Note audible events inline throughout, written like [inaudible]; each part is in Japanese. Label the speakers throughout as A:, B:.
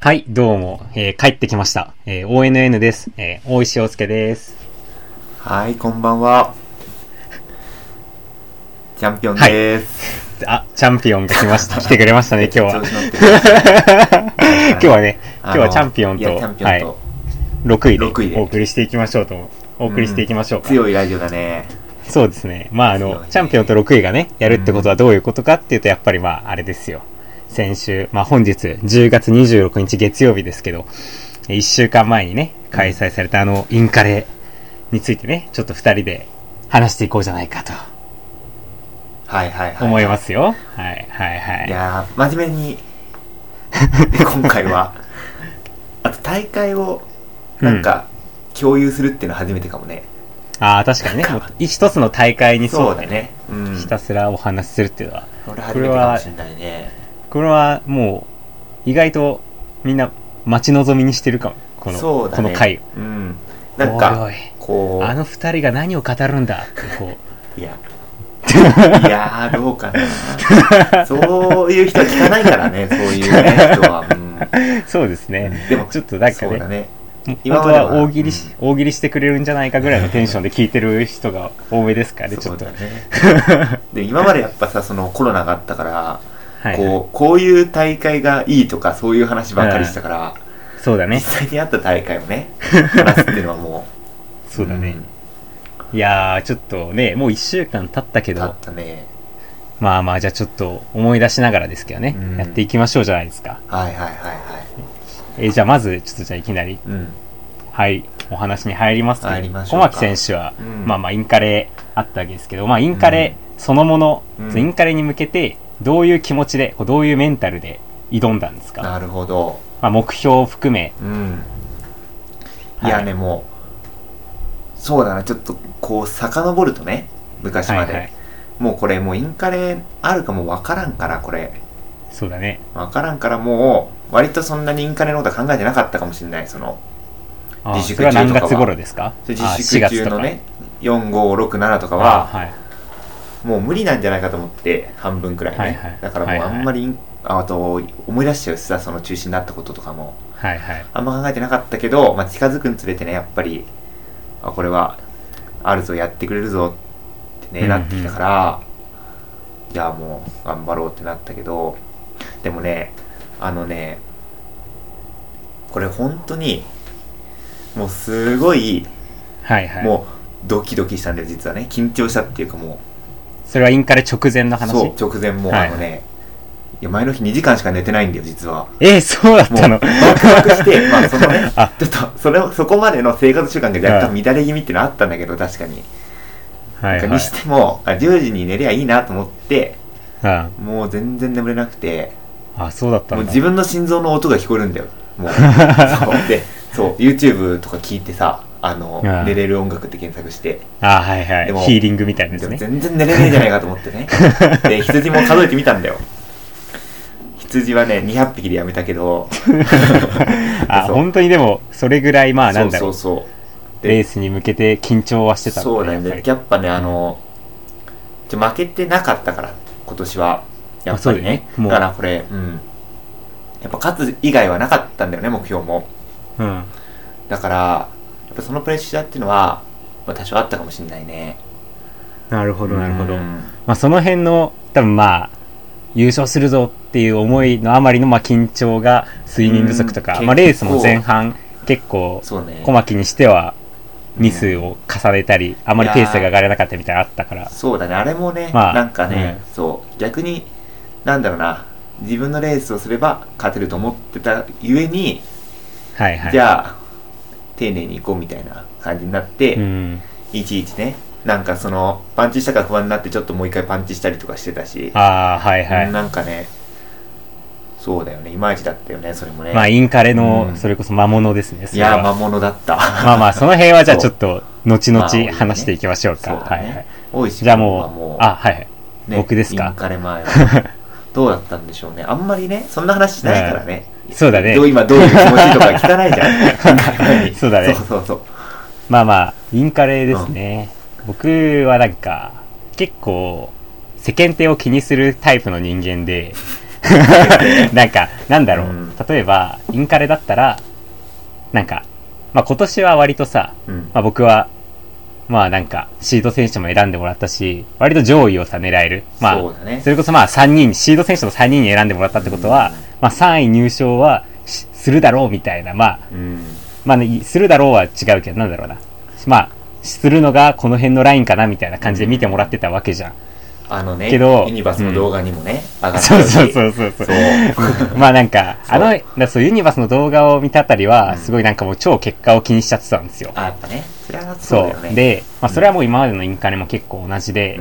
A: はい、どうも、えー帰ってきました。えー ONN です。えー大石洋介です。
B: はい、こんばんは。チャンピオンです。
A: あ、チャンピオンが来ま
B: [laughs]
A: した。来てくれましたね、今日
B: 調
A: は。
B: 子乗ってる
A: [laughs] 今日はね、今日はチャンピオン
B: いやチャン
A: と、
B: ピオ
A: は
B: ン
A: い
B: と、
A: 6位
B: 六位
A: で
B: で
A: お送りしていきましょうと、お送りしていきましょうか。
B: 強いラジオだね。
A: そうですね。まあ、あ
B: そう
A: の、
B: ね
A: チャンピオンと6位がね、やるってことはどういうことかっていうと、やっぱりまあ、あれですよ。先週、まあ本日、10月26日月曜日ですけど、1週間前にね、開催されたあの、インカレについてね、ちょっと2人で話していこうじゃないかと
B: はいはいはい。
A: 思いますよ。はい、はい、はい。
B: いやー、真面
A: [laughs]
B: 目に、今回は、あと大会を、なんか、共有するっていうのは初めてかもね。
A: ああ、確かにね、もう一つの大会に
B: そ
A: そううだ
B: だね
A: ね。。
B: うん。
A: ひたすらお話しするっていうのは、
B: 俺初めてかもしんないね。
A: これはもう、意外とみんな待ち望みにしてるかも。この、
B: そうだ
A: こ
B: ね。
A: の回を。。
B: うん。なんか、
A: おいおい
B: こ
A: あの二人が何を語るんだって
B: [laughs]
A: こ
B: う、いや、いやー、どうかな。そういう人は聞かないからね、そういうね人は。うん
A: うそうですね、
B: でも
A: [laughs] ちょっとなんか
B: そう
A: ね
B: だね。
A: もう本当
B: 今までは
A: は大喜利し、大喜利してくれるんじゃないかぐらいのテンションで聞いてる人が多めですからねち
B: そ
A: ょっ
B: う
A: と
B: だね。で、今までやっぱさ、そのコロナがあったから、
A: はい
B: こう、こういう大会がいいとか、そういう話ばっかりしたから、
A: そうだ
B: 実
A: ね
B: 際にあった大会をね、話すっていうのはもう。
A: そうだね、いやーちょっとねもう一週間経ったけ
B: うん。だ
A: ど
B: ったね。
A: まあまあじゃあちょっと思い出しながらですけどね、
B: うん
A: やっていきましょうじゃないですか
B: はいはいはいはい。
A: えーじゃあまずちょっとじゃあいきなり
B: うん。
A: はい、お話に入りますけど
B: 入りまし
A: 小
B: ょうか
A: 牧選手は、
B: うん
A: まあまあ、インカレあったわけですけど、まあ、インカレそのもの、
B: うん
A: インカレに向けて、どういう気持ちで、こうどういうメンタルで挑んだんですか、
B: なるほど。
A: まあ、目標を含め、
B: うん。いや
A: は
B: ね、もう、そうだな、ちょっとこう、遡るとね、昔まで。
A: はいはい
B: もうこれ、もうインカレあるかもわからんから、これ。
A: そうだね。
B: わからんから、もう、割とそんなにインカレのこと考えてなかったかもしれない。その、
A: あ
B: 自粛
A: それは何
B: 中とかは
A: 月頃ですか
B: 自
A: あ
B: 粛中のね、4、5、6、7とか
A: あ
B: は、
A: はい、
B: もう無理なんじゃないかと思って、半分くらいね。
A: はいはい
B: だから
A: はい
B: もう
A: はい
B: あんまりイン、あと、思い出しちゃうしさ、その中止になったこととかも。
A: はいはい。
B: あんま考えてなかったけど、まあ、近づくにつれてねやっぱりあこれはあるぞやってくれるぞってね、
A: うんうん
B: なってきたからじゃあもう頑張ろうってなったけどでもねあのねこれ本当にもうすごい、
A: はいはい。
B: もうドキドキしたんだよ実はね緊張したっていうかも
A: それはインカレ直前の
B: う
A: 話
B: そう直前もう
A: は
B: あ
A: い
B: のね、いや前の日2時間しか寝てないんだよ実は。
A: えーそう [laughs] だっ
B: もう、
A: たの
B: ワクワ
A: [laughs]
B: クして、まあ、そのね
A: あ、
B: ちょっと、それを、そこまでの生活習慣が若干乱れ気味ってのあったんだけど、確かに。
A: はいはい。
B: にしても、あ10時に寝りゃいいなと思って、
A: うん
B: もう全然眠れなくて、
A: あ、そうだったん
B: もう
A: だ
B: 自分の心臓の音が聞こえるんだよ。
A: [laughs]
B: もう。そう。で、そう、YouTube とか聞いてさ、あの、
A: うん
B: 寝れる音楽って検索して、
A: あ、はいは
B: で
A: い。
B: も
A: ヒーリングみたいなで
B: ですも
A: ね。
B: 全然寝れねえじゃないかと思
A: [laughs]
B: ってね。で、羊も数えてみたんだよ。羊はね、200匹でやめたけど、
A: [laughs] あ、
B: そう
A: 本当にでも、それぐらい、まあ、なんだ
B: そ
A: ろ
B: う
A: う。
B: そうそう。で
A: レースに向けて緊張はしてたんだね
B: そうなんだ
A: やっぱ
B: よ
A: り
B: やっぱねあのちょ負けてなかったから今年はや
A: あ
B: っぱりね
A: そうだよね
B: だ
A: もう
B: からこれうんやっぱ勝つ以外はなかったんだよね目標も
A: うん。
B: だからやっぱそのプレッシャーっていうのは、まあ、多少あったかもしれないね
A: なるほど、なるほど。
B: う
A: ま
B: ん
A: あ、その辺の、多分まあ、優勝するぞっていう思いのあまりの、まあ、緊張が睡眠不足とか、
B: うん
A: まあ、レース
B: 結
A: も
B: 構
A: 前半、結構、
B: そうね
A: 小牧にしては、ミスを重ねたり、あまりペースが上がらなかったみたいなのあったから。
B: そうだねあれもね、
A: まあ
B: なんかね、そう逆になんだろうな自分のレースをすれば勝てると思ってたゆえに、
A: はいはい。
B: じゃあ丁寧にいこうみたいな感じになって、
A: うん。
B: いちいちねなんかそのパンチしたから不安になってちょっともう一回パンチしたりとかしてたし、
A: ああ、はいはい。
B: なんかねそうだよねいまいちだったよねそれもね、
A: まあ、インカレ
B: う
A: の、
B: ん
A: それこそ魔物ですね。そ
B: い
A: れは
B: や魔物だった
A: まあまあ、その辺はじゃあち
B: そ
A: ょ
B: う
A: っと、後々
B: まあ多いよね
A: 話していきましょうか。
B: そう
A: は
B: だ
A: いはい
B: ね。多いし
A: じゃあもう、あ、はいはい。
B: ね
A: 僕ですか
B: インカレ前は
A: [laughs]
B: どうだったんでしょうねあんまりねそんな話しないからね、
A: そうだね
B: どう今どういう気持ちとか聞かないじゃんインカレ前
A: [laughs]
B: に
A: そうだね
B: [laughs] そうそうそう
A: まあまあ、インカレですね。僕はなんか、結構、 [laughs] 世間体を気にするタイプの人間で、なんか、なんだろう、
B: うん
A: 例えば、インカレだったら、なんか、まあ今年は割とさ、
B: うん
A: まあ僕は、まあなんか、シード選手も選んでもらったし、割と上位をさ、狙える。ま
B: そうだ
A: あ、
B: ね
A: それこそまあ3人、シード選手の3人に選んでもらったってことは
B: うん、
A: まあ3位入賞はしするだろうみたいな、まあ、
B: うん
A: まあ、ね、するだろうは違うけど、なんだろうな。まあ、するのがこの辺のラインかなみたいな感じで見てもらってたわけじゃん。
B: あのね
A: けど
B: ユニバースの動画にもね、上がって
A: そう
B: たし
A: そうそうそうそう。 [laughs] まあなんか、
B: そう
A: あの、だからそうユニバースの動画を見たあたりは、
B: うん
A: すごいなんかもう超結果を気にしちゃってたんですよ。
B: あやっぱねそれはそう
A: そ
B: だよ
A: う。
B: ね
A: で、まあそれはもう今までのインカレも結構同じで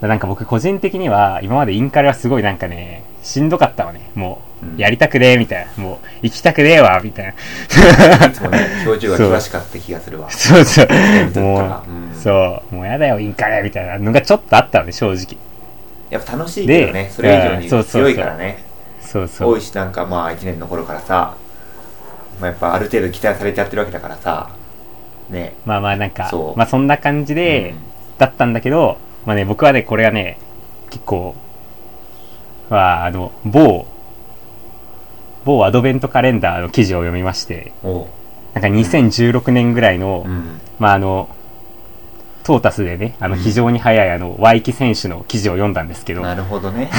B: う、ん
A: なんか僕個人的には、今までインカレはすごいなんかね、しんどかったわね。も
B: うん
A: う、やりたくねえ、みたいな。もう、行きたくねえわ、みたいな。
B: いつもね表情が険しかった気がするわ
A: [laughs] そうそう
B: う。ん
A: も
B: うん
A: う、そう。もうやだよ、インカレみたいなのがちょっとあったので、正直。
B: やっぱ楽しいけどね
A: で
B: それ以
A: うん
B: 上
A: そう
B: に
A: そうそう
B: 強いからね
A: そうそ
B: 大
A: う。
B: 石なんかまあ1年の頃からさ、まあ、やっぱある程度期待されちゃってるわけだからさね
A: まあまあなんか
B: そ、う
A: まあそんな感じで、
B: うん
A: だったんだけど、まあね、僕はね、これがね、結構、まあ、あの、某、某アドベントカレンダーの記事を読みまして、
B: おう
A: なんか2016年ぐらいの、
B: うん
A: まああの、トータスでね、あの、
B: うん
A: 非常に早いあの、ワイキ選手の記事を読んだんですけど、
B: なるほど
A: [laughs]
B: ね、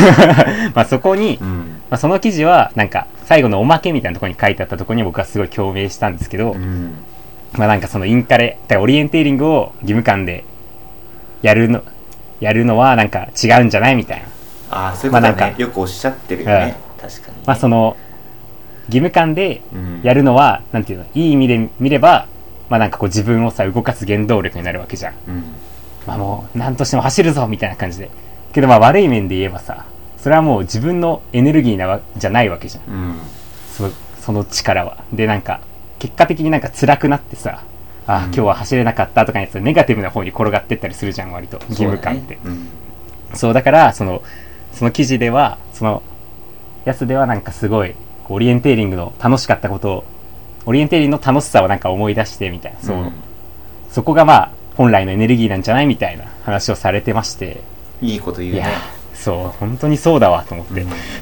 A: まあそこに、
B: うん
A: まあその記事は、なんか、最後のおまけみたいなところに書いてあったところに僕はすごい共鳴したんですけど、
B: うん、
A: まあなんかそのインカレ、だからオリエンテーリングを義務感でやるの、やるのはなんか違うんじゃないみたいな。
B: ああそういうことはね、
A: まあなんか
B: よくおっしゃってるよね、確かに、ね
A: まあその、義務感で
B: うん
A: やるのは、なんていうの、いい意味で見れば、まあなんかこう自分をさ、動かす原動力になるわけじゃん。
B: うん
A: まあもう、なんとしても走るぞみたいな感じで。けどまあ悪い面で言えばさ、それはもう自分のエネルギーなわ、じゃないわけじゃん。
B: うん
A: そその力は。で、なんか、結果的になんか辛くなってさ、あー、
B: うん
A: 今日は走れなかったとかにさ、ネガティブな方に転がってったりするじゃん、割と。義務感って。
B: そうだね
A: そう、だから、その、その記事では、その、やつではなんかすごい、こうオリエンテーリングの楽しかったことを、オリエンテーリングの楽しさをなんか思い出して、みたいな。
B: うん、
A: そう、そこがまあ、本来のエネルギーなんじゃないみたいな話をされてまして、
B: うんいいこと言う
A: い
B: ね
A: やー、そう、本当にそうだわ、と思って。 [laughs]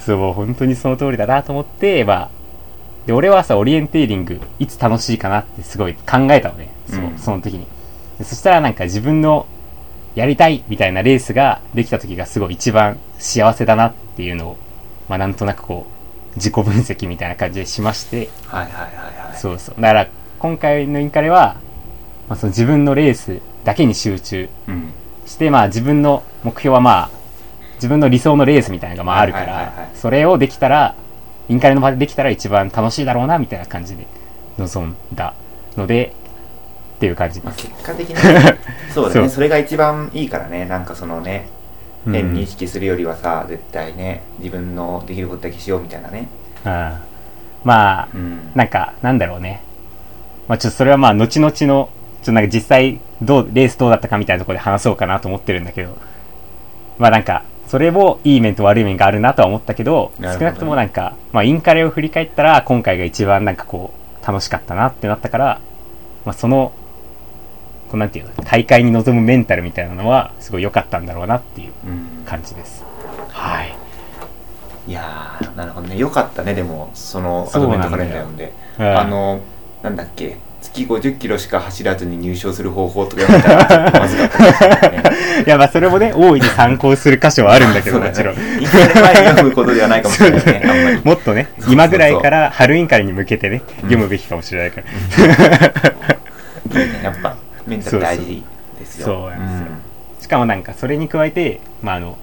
A: そう、本当にその通りだなと思って、まあ、で、俺はさ、オリエンテーリング、いつ楽しいかなってすごい考えたのね。そう
B: う、ん
A: その時に。でそしたらなんか自分のやりたいみたいなレースができた時がすごい一番幸せだなっていうのを、まあなんとなくこう、自己分析みたいな感じでしまして、
B: はいはいはいはい
A: そうそう。だから、今回のインカレは、まあその自分のレースだけに集中
B: うん
A: して、まあ自分の目標はまあ、自分の理想のレースみたいなのがまああるか
B: はいはいはいは
A: ら
B: い、
A: それをできたら、インカレの場でできたら一番楽しいだろうな、みたいな感じで臨んだので、っていう感じ
B: ま
A: で [laughs]
B: あ、
A: す。
B: 結果的にねそうだね
A: そう
B: それが一番いいからねなんかそのね
A: うん
B: 変に意識するよりはさ、絶対ね自分のできることだけしようみたいなね
A: うんまあ
B: う、ん
A: なんか、なんだろうね。まあちょっとそれはまあ、後々の、ちょっとなんか実際、どう、レースどうだったかみたいなところで話そうかなと思ってるんだけど、まあなんか、それもいい面と悪い面があるなとは思ったけど、
B: なるほどね
A: 少なくともなんか、まあインカレを振り返ったら、今回が一番なんかこう、楽しかったなってなったから、まあその、こうなんていうの、大会に臨むメンタルみたいなのは、すごい良かったんだろうなっていう
B: うん
A: 感じです。はい。
B: いやーなるほどねよかったねでもそのア
A: そ
B: ド
A: う
B: ベ
A: なん
B: ン
A: だ
B: ト
A: よ
B: カレンダー読んで
A: うん
B: あのなんだっけ月50キロしか走らずに入賞する方法とか読んだらちょっとまずかったです
A: [laughs]
B: ね
A: いやまあそれもね、大いに参考する箇所はあるんだ
B: [laughs]
A: けど、もちろん。
B: 一回前に読むことではないかもし
A: [laughs]
B: れないねあんまり
A: もっとね
B: そうそう、そう
A: 今ぐらいから春インカレに向けてね、読むべきかもしれないから。
B: やっぱメンタル大事ですよ
A: そうそうそうなんですよしかもなんか、それに加えて、まああの、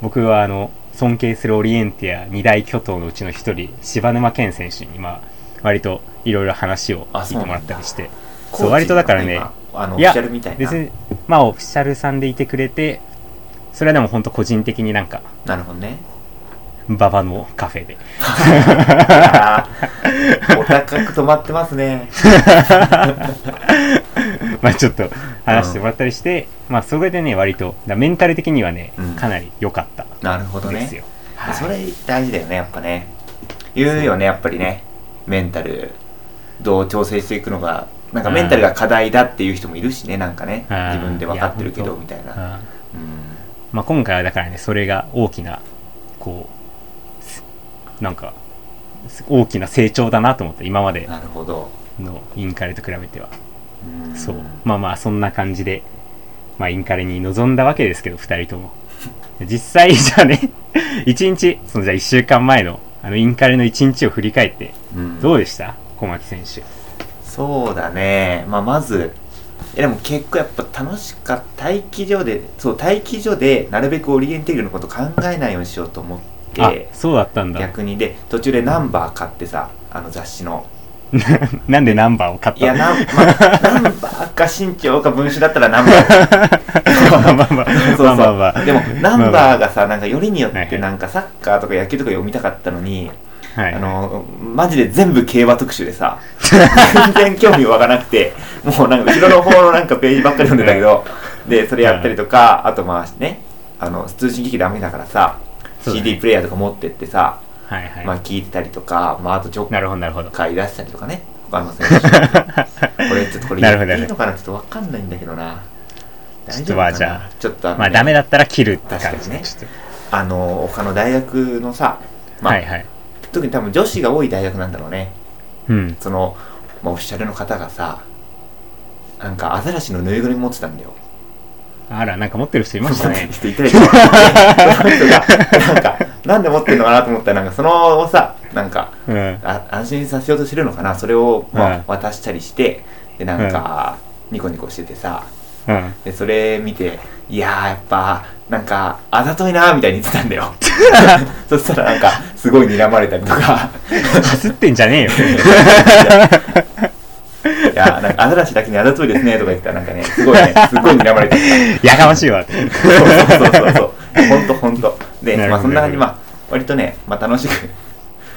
A: 僕はあの、尊敬するオリエンティア二大巨頭のうちの一人、柴沼健選手に、まあ、割といろいろ話を
B: あ
A: 聞いてもらったりして。
B: コーチ
A: そう、割とだからね、
B: 今あのオ
A: い
B: フィ
A: や
B: シャルみたいな
A: 別に、まあオフィシャルさんでいてくれて、それはでも本当個人的になんか、
B: なるほどね
A: 馬場のカフェで。 [laughs]
B: あーお高く止まってます
A: [laughs]
B: ね
A: まあちょっと話してもらったりして、まあそれでね、割と、だからメンタル的にはね
B: うん、
A: かなり良かった。
B: なるほど
A: で
B: ね
A: すよ。はい
B: それ大事だよねやっぱね言うよねやっぱりねメンタルどう調整していくのがなんかメンタルが課題だっていう人もいるしねなんかね
A: うん
B: 自分で分かってる
A: い
B: け
A: や
B: ど
A: 本当
B: みたい
A: うん
B: なうん
A: まあ、今回はだからね、それが大きな、こう、すなんか、す大きな成長だなと思って、今まで
B: なるほど。
A: のインカレと比べては。
B: うん
A: そう。まあまあ、そんな感じで、まあ、インカレに臨んだわけですけど、二人とも。実際、じゃあね、 [laughs] 一日、そのじゃあ一週間前の、あの、インカレの一日を振り返って、
B: うん
A: どうでした小牧選手。
B: そうだね、まあ、まずえでも結構やっぱ楽しかった待機所でそう待機所でなるべくオリエンテールのこと考えないようにしようと思っ
A: あ
B: て、
A: そうだったんだ。
B: 逆にで途中でナンバー買ってさあの雑誌の
A: なんでナンバーを買っ
B: いや
A: たの
B: ナン,、
A: [laughs]
B: まあ、ナンバーか身長か文集だったらナンバー
A: まあまあまあ
B: そう、そう、
A: [laughs] まあまあまあ。
B: でもナン
A: ま
B: バーがさなんかよりによっ
A: はいは
B: て
A: い
B: なんかサッカーとか野球とか読みたかったのに、
A: あ、はい。
B: あの、マジで全部競馬特集でさ、全然興味湧かなくて、もうなんか後ろの方のなんかページばっかり読んでたけど、で、それやったりとか、あとまあね、あの、通信機器ダメだからさ、
A: そうだね
B: CD プレイヤーとか持ってってさ、
A: はいはい。
B: まあ聞いてたりとか、まああとちょっ
A: なるほど、なるほど。
B: かい出したりとかね、他
A: [laughs]
B: の選手。これちょっとこれ
A: なるほど
B: 言っていいのかなちょっとわかんないんだけどな。
A: ちょっとまあ
B: 大丈夫か
A: じゃ
B: なちょっとあのね、
A: まあ、ダメだったら切るって感
B: 確か
A: じ
B: に
A: ね。
B: ね
A: ちょっ
B: あの、他の大学のさ、
A: と
B: まあ、
A: はいはい。
B: 特に多分女子が多い大学なんだろうね。
A: うん。
B: その、まあ、オフィシャルの方がさなんかアザラシのぬいぐるみ持ってたんだよ。
A: あら、なんか持ってる人いましたね
B: 人いたりとか
A: [laughs]
B: なんかなんで持ってるのかなと思ったらなんかそのさなんか
A: うん。
B: あ安心させようとしてるのかなそれを、まあ
A: うん
B: 渡したりしてでなんか、ニコニコしててさ
A: うん。
B: でそれ見ていやーやっぱなんかあざといなーみたいに言ってたん
A: [laughs]
B: だよそしたらなんかすごい睨まれたりとか
A: かすってんじゃねえよ。
B: [laughs] いやーなんかアザラシだけにあざといですねとか言ってたらなんかねすごいねすごい睨まれてた
A: やかましいわ。
B: そうそうそうそう。ほんとほんと。で、
A: なる
B: まあ
A: ほ
B: そ
A: ど
B: んな感じ、まあ割とね、まあ楽しく過ごせ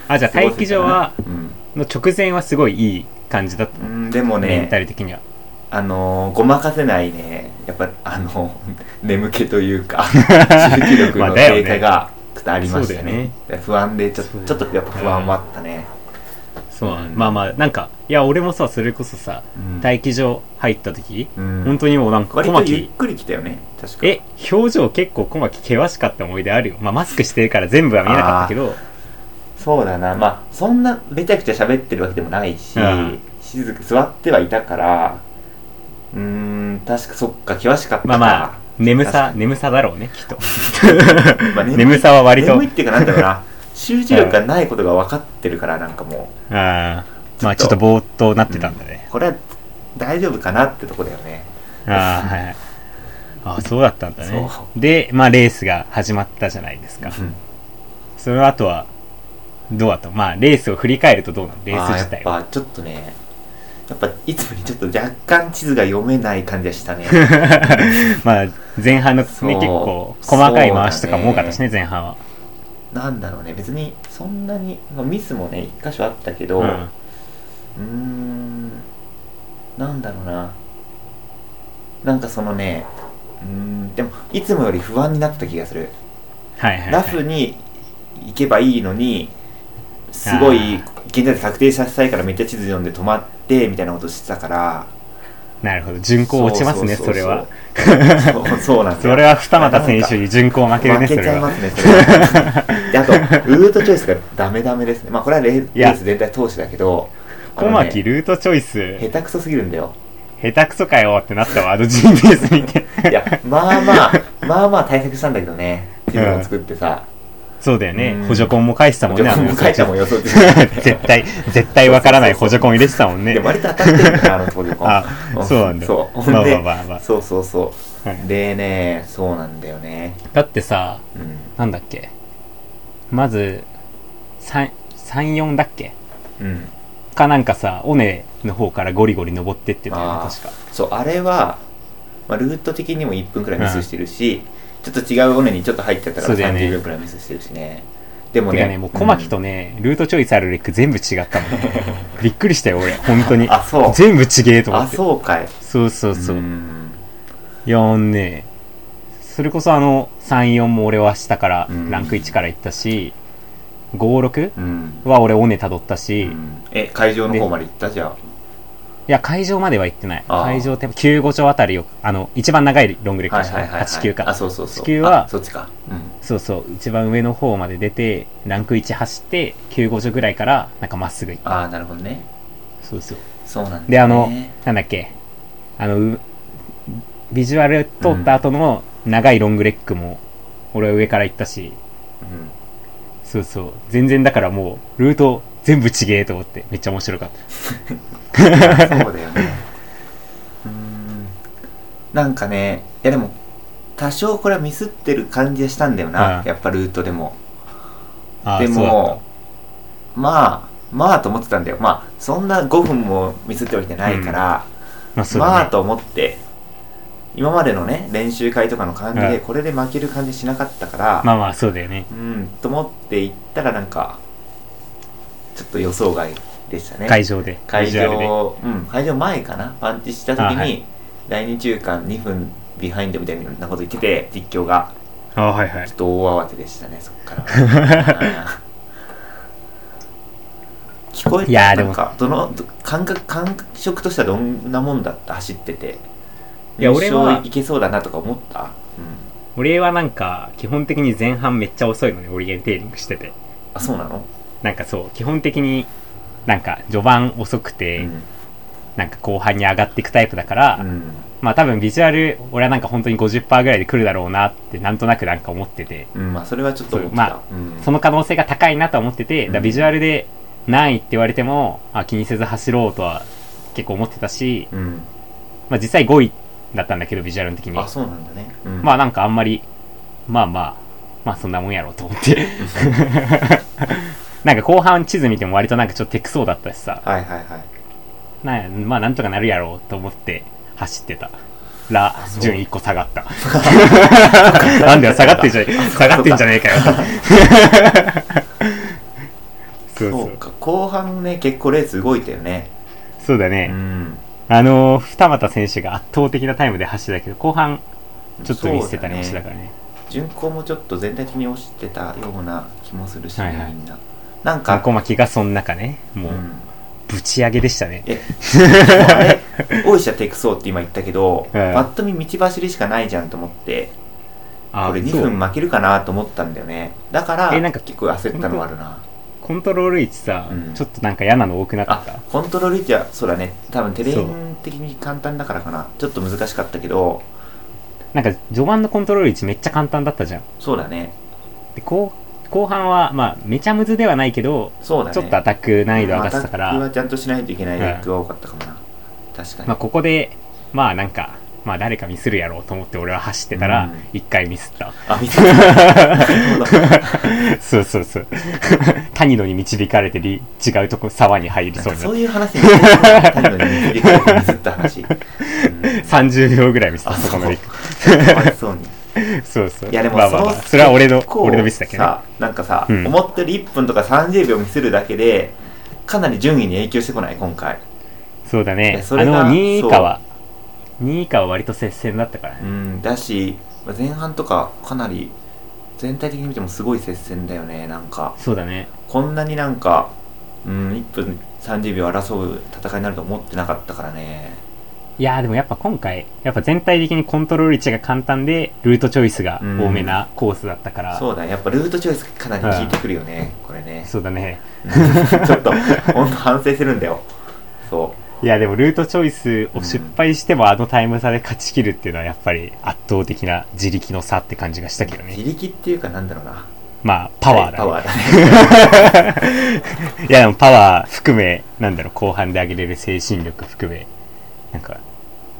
A: あ、じゃあ
B: たな。
A: 待機場は、
B: うん
A: の直前はすごいいい感じだった
B: う。ん。でも
A: メンタ
B: ね、
A: ル的には。
B: あのー、ごまかせないね、やっぱあの、 [laughs] 眠気という
A: [laughs]
B: か、集中力
A: まあ
B: の
A: だよね
B: 低下が、ちょっとありました
A: そうだよ
B: ね
A: ね。
B: で不安で、ちょっと、ちょっとやっぱ不安もあったね。
A: そう、
B: うん
A: まあまあ、なんか、いや、俺もさ、それこそさ、
B: うん
A: 待機場入った時、
B: うん
A: 本当にもうなんか、
B: 割
A: 小
B: とゆっ
A: 牧、
B: くり来たよね、確か。
A: え、表情結構小牧険しかった思い出あるよ。まあ、マスクしてるから全部は見えなかったけど、
B: そうだな、まあ、そんなめちゃくちゃ喋ってるわけでもないし、
A: うん
B: 静か座ってはいたから、うーん、確かそっか、険しかったか。
A: まあまあ、眠さ
B: 確、
A: 眠さだろうね、きっと。 [laughs]
B: まあ [laughs] 眠
A: 眠さは割と
B: 眠い、っていうか、なんだ
A: [laughs]
B: ろうな、集中力がないことが分かってるから、なんかも
A: あーまあち
B: ち
A: ょっと
B: ょっと
A: ぼーっとなっ
B: う、
A: てたんだね
B: う。これは大丈夫かなってとこだよね。
A: ああ、はいはい。ああ、そうだったんだね
B: そ。
A: で、まあレースが始まったじゃないですか。その後は、どうだったまあレースを振り返るとどうなのレース
B: あー
A: 自体は。
B: やっぱちょっとね、やっぱいつもよりちょっと若干地図が読めない感じがしたね。
A: [laughs] まあ前半のね、結
B: そう
A: 構細かい回しとかも多かったしね、前半は。
B: なんだろうね、別にそんなに、まあ、ミスもね、一箇所あったけど、
A: うん。
B: うーんなんだろうななんかそのねうーんでもいつもより不安になった気がする
A: はいはいはい。
B: ラフに行けばいいのにすごい
A: あ
B: 現在確定させたいからめっちゃ地図読んで止まってみたいなことしてたから
A: なるほど。順行落ちますね、
B: う
A: そうれ
B: う
A: は。
B: そうそうそうなんですよ
A: [laughs] それは二股選手に順行負けるね、
B: 負
A: そ
B: けち
A: れ
B: ゃい
A: は
B: ま。すねそれはであとルートチョイスがダメダメですねまあこれはレー
A: いや
B: レース全体通しだけどあ
A: 小
B: のね
A: 牧ルートチョイス
B: 下手くそすぎるんだよ
A: 下手くそかよってなったワード GPS 見て。
B: いや、まあまあ、まあまあ対策したんだけどね。地図を作ってさ。
A: そうだよね
B: う。ん
A: 補助コンも返したもん
B: じ
A: ね、
B: ゃあ、
A: あの
B: もう書いたもんよ、そうって。
A: [laughs] 絶対、絶対わからない補助コン入れてたもんね。
B: で、割と当たってるんだな、あの当時
A: あそうなんだ
B: そう。
A: まあ
B: ほん
A: まあ
B: で
A: まあまあ、
B: そうそうそう。
A: はい
B: でね、そうなんだよね。
A: だってさ、
B: うん。
A: なんだっけ。まず、三、三四だっけ
B: うん。
A: かなんかさ、尾根の方からゴリゴリ登ってってたよ
B: あ
A: ね、
B: ー
A: 確か。
B: そう、あれは、まあ、ルート的にも1分くらいミスしてるし、ちょっと違う尾根にちょっと入っちゃったか
A: そう
B: ら
A: だよね
B: 30秒くらいミスしてるしね。でも
A: てか
B: ね、
A: ね、もう小牧と
B: うん
A: ね、ルートチョイスあるレック全部違ったも
B: [laughs]
A: んね。びっくりしたよ、俺。本当に。
B: あ、そう。
A: 全部違えと思
B: あ、
A: って。
B: そうかい。
A: そうそうそう。
B: ん
A: いや、あのね、それこそあの、3、4も俺は下から、
B: うん
A: ランク1から行ったし、5、6
B: うん。
A: は俺尾根辿ったし、
B: うんえ、会場の方まで行ったじゃあ。
A: いや、会場までは行ってない。
B: あー
A: 会場って、救護所あたりを、あの、一番長いロングレックでしょ、
B: はいはいはいはい、
A: 8級か。
B: あそうそうそう
A: 地球は
B: あそっちかうん
A: そうそう、一番上の方まで出て、ランク1走って、救護所ぐらいから、なんかまっすぐ行った。
B: ああなるほどね
A: そうそう。
B: そうなんだ、ね、
A: で、あの、 [laughs] なんだっけ、あの、うビジュアル通った後の長いロングレックも、俺は上から行ったし、
B: うん、
A: そうそう、全然だからもう、ルート全部ちげえと思って、めっちゃ面白かった。
B: そうだよね。うーん。なんかね、いやでも、多少これはミスってる感じがしたんだよな、
A: うん
B: やっぱルートでも。
A: ああ、
B: で
A: そうだっ
B: も、まあ、まあと思ってたんだよ。まあ、そんな5分もミスってわけじゃないから、
A: た。まあ、そうだ、ね。
B: まあと思って、今までのね、練習会とかの感じで、
A: うん
B: これで負ける感じしなかったから、
A: まあまあ、そうだよね。
B: うん、と思って行ったらなんか、ちょっと予想外でしたね。
A: 会場で。
B: 会
A: ビジュアルで。
B: 場、うん、会場前かなパンチした時
A: あ
B: に、
A: はい
B: 第2中間2分ビハインドみたいなこと言ってて実況が
A: ああ、はいはい
B: ちょ。っと大慌てでしたねそっ
A: [laughs]
B: からあー聞こえた
A: いやーで
B: な
A: も
B: んかどのど感覚感触としてはどんなもんだった走ってて
A: いや俺は
B: 優勝いけそうだなとか思った、うん、
A: 俺はなんか、基本的に前半めっちゃ遅いのね、オリエンテーリングしてて。
B: あそうなの、
A: なんかそう、基本的になんか序盤遅くて、
B: うん
A: なんか後半に上がっていくタイプだから、
B: うん
A: まあ多分ビジュアル、俺はなんか本当に50%ぐらいで来るだろうなってなんとなくなんか思ってて、
B: うん、まあそれはちょっと思って
A: ま
B: た
A: あ
B: うん
A: その可能性が高いなと思ってて、だから
B: うん
A: ビジュアルで何位って言われても、あ気にせず走ろうとは結構思ってたし、
B: うん、
A: まあ実際5位だったんだけど、ビジュアルの時に
B: あ。そうなんだね、うん
A: まあなんかあんまり、まあまあ、まあそんなもんやろうと思って。 [laughs] なんか後半地図見ても割となんかちょっと手クソだったしさ、
B: はいはいはい
A: なまあなんとかなるやろうと思って走ってたら
B: あそう
A: 順位1個下がった
B: [laughs]
A: なんだよ下がってんじゃねえ下がってんじゃねえかよそうそ
B: そううか後半ね結構レース動いたよね
A: そうだ
B: う
A: ね、
B: ん
A: あのー二俣選手が圧倒的なタイムで走ってたけど後半ちょっと見せたりもしてたからね
B: 順行もちょっと全体的に落ちてたような気もするし、ね
A: はいはい
B: みんななん
A: 観
B: か、
A: 光巻きがその中ね
B: う、
A: もうんぶち上げでしたね、
B: えでもあれ大石はテクソーって今言ったけど、
A: ええ
B: ぱっと見道走りしかないじゃんと思って
A: あ
B: これ2
A: そう
B: 分負けるかなと思ったんだよねだから
A: えなんか
B: 結構焦ったのはあるな
A: コントロール位置さ、
B: うん
A: ちょっとなんか嫌なの多くなかった
B: あコントロール位置はそうだね多分テレイ
A: そう
B: ン的に簡単だからかなちょっと難しかったけど
A: なんか序盤のコントロール位置めっちゃ簡単だったじゃん
B: そうだね
A: で後後半は、まあ、めちゃむずではないけど、
B: そうだね
A: ちょっとアタック難易度上がってたか
B: アタック
A: ら
B: は、ちゃんとしないといけない役が多かったかもな、確かに、
A: まあ、ここで、まあなんか、まあ誰かミスるやろうと思って俺は走ってた
B: う
A: ら
B: ん、
A: 一回ミス
B: [laughs]
A: った。
B: あ見たなるほど
A: そうそうそう。谷野に導かれてり、違うとこ、沢に入り
B: なん
A: そう
B: か
A: にな
B: そ
A: っ
B: ういう話になるのに見切り替えてミスった話、うん
A: た。30秒ぐらいミスった、
B: あ
A: そ
B: そ
A: こ
B: う
A: まで。
B: かわいそうに
A: そうそう。
B: いやでも
A: まあ
B: そ
A: まあま
B: の
A: あ、それは俺の
B: 結、構
A: 俺のミスだけどね。
B: さなんかさ、
A: うん
B: 思ったより1分とか30秒見せるだけでかなり順位に影響してこない今回
A: そうだ
B: い
A: ね
B: や。そ
A: あ
B: れが
A: の、2位以下は、2位以下は割と接戦だったから
B: う
A: ね。
B: んだし前半とかかなり全体的に見てもすごい接戦だよねなんか
A: そうだね。
B: こんなになんか、うん、1分30秒争う戦いになると思ってなかったからね
A: いやーでもやっぱ今回、やっぱ全体的にコントロール位置が簡単で、ルートチョイスが多めなコースだったから、
B: そうだねやっぱルートチョイスかなり効いてくるよね、これね
A: そうだね。
B: [laughs] ちょっと、ほんと反省するんだよ。そ
A: いやでもルートチョイスを失敗してもあのタイム差で勝ち切るっていうのはやっぱり圧倒的な自力の差って感じがしたけど
B: う。
A: ね
B: 自。力っていうかなんだろうな。
A: まあパワーだ、ね
B: パワーだね。 [laughs]
A: [laughs] いやでもパワー含め、なんだろう、後半で上げれる精神力含め、なんか、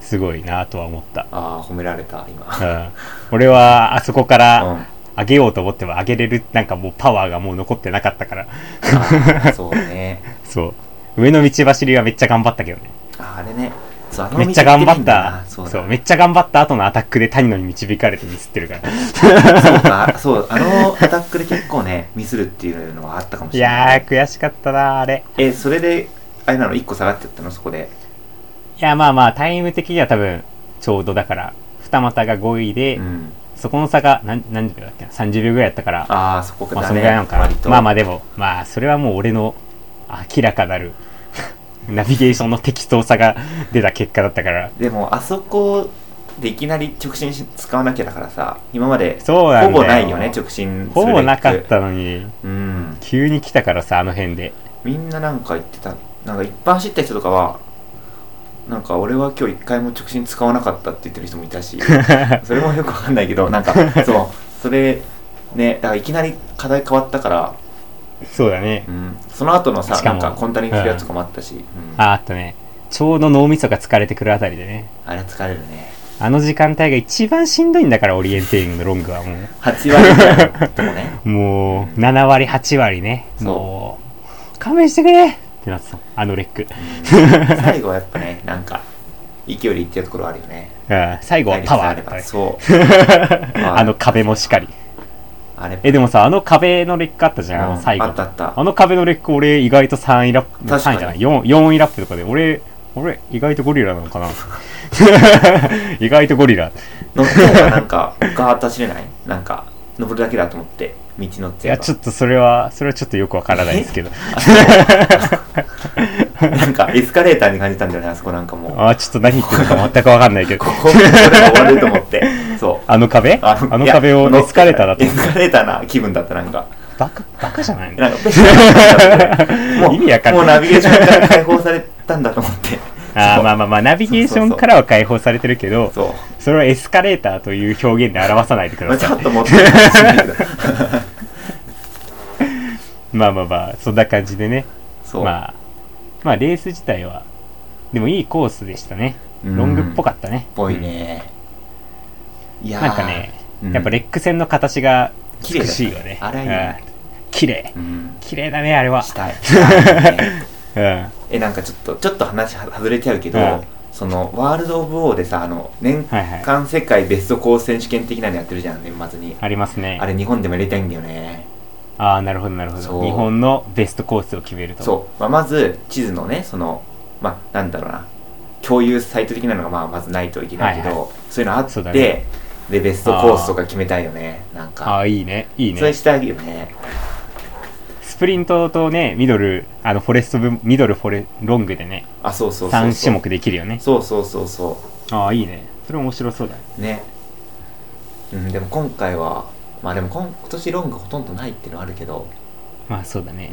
A: すごいなとは思った。
B: ああ、褒められた、今。
A: うん、俺はあそこか
B: う
A: ら
B: ん
A: 上げようと思っても上げれる、なんかもうパワーがもう残ってなかったから。
B: あ。そうね。
A: そう。上の道走りはめっちゃ頑張ったけどね。
B: ああれね。そう、あの
A: めっちゃ頑張っ
B: 道行てないんだよな
A: た。
B: そ
A: そうう
B: だ。
A: めっちゃ頑張った後のアタックで谷野に導かれてミスってるから。
B: そうか。そう、あのアタックで結構ね、ミスるっていうのはあったかもし
A: い
B: れな
A: や
B: い
A: ー、。悔しかったなあれ。
B: え、それで、あれなの、1個下がっちゃったの、そこで。
A: いや、まあまあ、タイム的には多分、ちょうどだから、二股が5位で、
B: うん。
A: そこの差が何、何秒だっけな ?30 秒ぐらいやったから、
B: ああ、そこ
A: まあ、
B: だ
A: その
B: ね。
A: ぐらいなのか
B: 割と。
A: な。まあまあ、でも、まあ、それはもう俺の、明らかなる、 [laughs] ナビゲーションの適当さが出た結果だったから。
B: でもあそこでいきなり直進し使わなきゃだからさ今まで
A: そうなんだよ
B: ほぼないよね直進するレック
A: ほぼなかったのに、
B: うん
A: 急に来たからさ、あの辺で。
B: みんななんか言ってたなんか一般走った人とかはなんか俺は今日一回も直進使わなかったって言ってる人もいた
A: [laughs]
B: しそれもよくわかんないけどなんかそうそれねだからいきなり課題変わったから、
A: そうだね
B: う。ん、その後のさ
A: しか
B: なん
A: も
B: かコンタリングするやつとかもあったし、うん
A: あ、あったね。ちょうど脳みそが疲れてくるあたりでね。
B: あれ疲れるね
A: あの時間帯が一番しんどいんだから、オリエンテーリングのロングはもう。
B: 8割ぐらいのとこね
A: も
B: うん
A: う、7割、8割ね。
B: そう
A: もう、勘弁してくれってなってた。あのレック。
B: 最後はやっぱねなんか勢いでいってるところはあるよね
A: うん、最後はパワーだった
B: 体
A: ね
B: 力さえあればそう
A: [laughs] あの壁もしっかり。
B: あれ
A: え、でもさ、あの壁のレックあったじゃ
B: うん
A: ん、最後。
B: あったあった
A: あの壁のレック俺意外と3位ラップ、
B: 確か
A: 3
B: に
A: 位じゃない、4, 4位ラップとかで、俺、俺意外とゴリラなのかな [laughs] 意外とゴリラ。
B: 乗ってればなんかガーッと走れないなんか登るだけだと思って道乗っ
A: い
B: て
A: や、ちょっとそれは、それはちょっとよくわからないですけど。
B: なんかエスカレーターに感じたんだよねあそこなんかもう
A: [laughs] あー、ちょっと何言ってるのか全くわかんないけど
B: こ。ここれが終わると思ってそう
A: あの壁あの壁をエスカレーターだと
B: エ
A: 思っ
B: ス
A: て。
B: カレーターな気分だったなんか
A: バカ、バカじゃないの
B: なんか
A: [laughs]
B: ペシャもう
A: 意味わかんない
B: もうナビゲーションから解放されたんだと思って
A: [laughs] あ
B: そ
A: ー
B: う
A: まあまあまあ、ナビゲーションからは解放されてるけど、
B: そう
A: それはエスカレーターという表現で表さないでく
B: まあ
A: だ
B: ち
A: さ
B: ょ
A: い
B: っ。と持ってるかもしれないけど
A: [laughs] まあまあまあ、そんな感じでね。
B: そう、
A: まあ、まあレース自体は、でもいいコースでしたね。
B: うん
A: ロングっぽかったね。
B: ぽいね、いやー
A: なんかね、
B: うん
A: やっぱレック戦の形が美しいよね。
B: 綺麗だ
A: うん綺麗
B: ったねあれはいいねう。ん
A: 綺麗だね、あれは。 [laughs]
B: したいしたいね
A: うん。
B: えなんかちょっとちょっと話は外れちゃうけど、
A: うん
B: そのワールド・オブ・オーでさあの年
A: はいはい
B: 間世界ベストコース選手権的なのやってるじゃん年末に
A: ありますね。
B: あれ日本でもやりたいんだよね
A: ああ、なるほど、なるほ
B: そう
A: ど。日本のベストコースを決めると。
B: そう、まあ、まず地図のねそのまあなんだろうな共有サイト的なのがまあまずないといけないけど、
A: はいは
B: そういうのあって、
A: そうだね
B: でベストコースとか決めたいよねなん
A: あ
B: か
A: あ、いいね。いい
B: それ
A: ね。
B: したいよね
A: スプリントとね、ミドル、あの、フォレスト部、ミドル、フォレ、ロングでね、
B: あそうそうそうそう
A: 3種目できるよね。
B: そうそうそうそう
A: ああ、いいね。それ面白そうだね。
B: ねうんでも今回はまあでも今今年ロングほとんどないっていうのはあるけど、
A: まあ、そうだね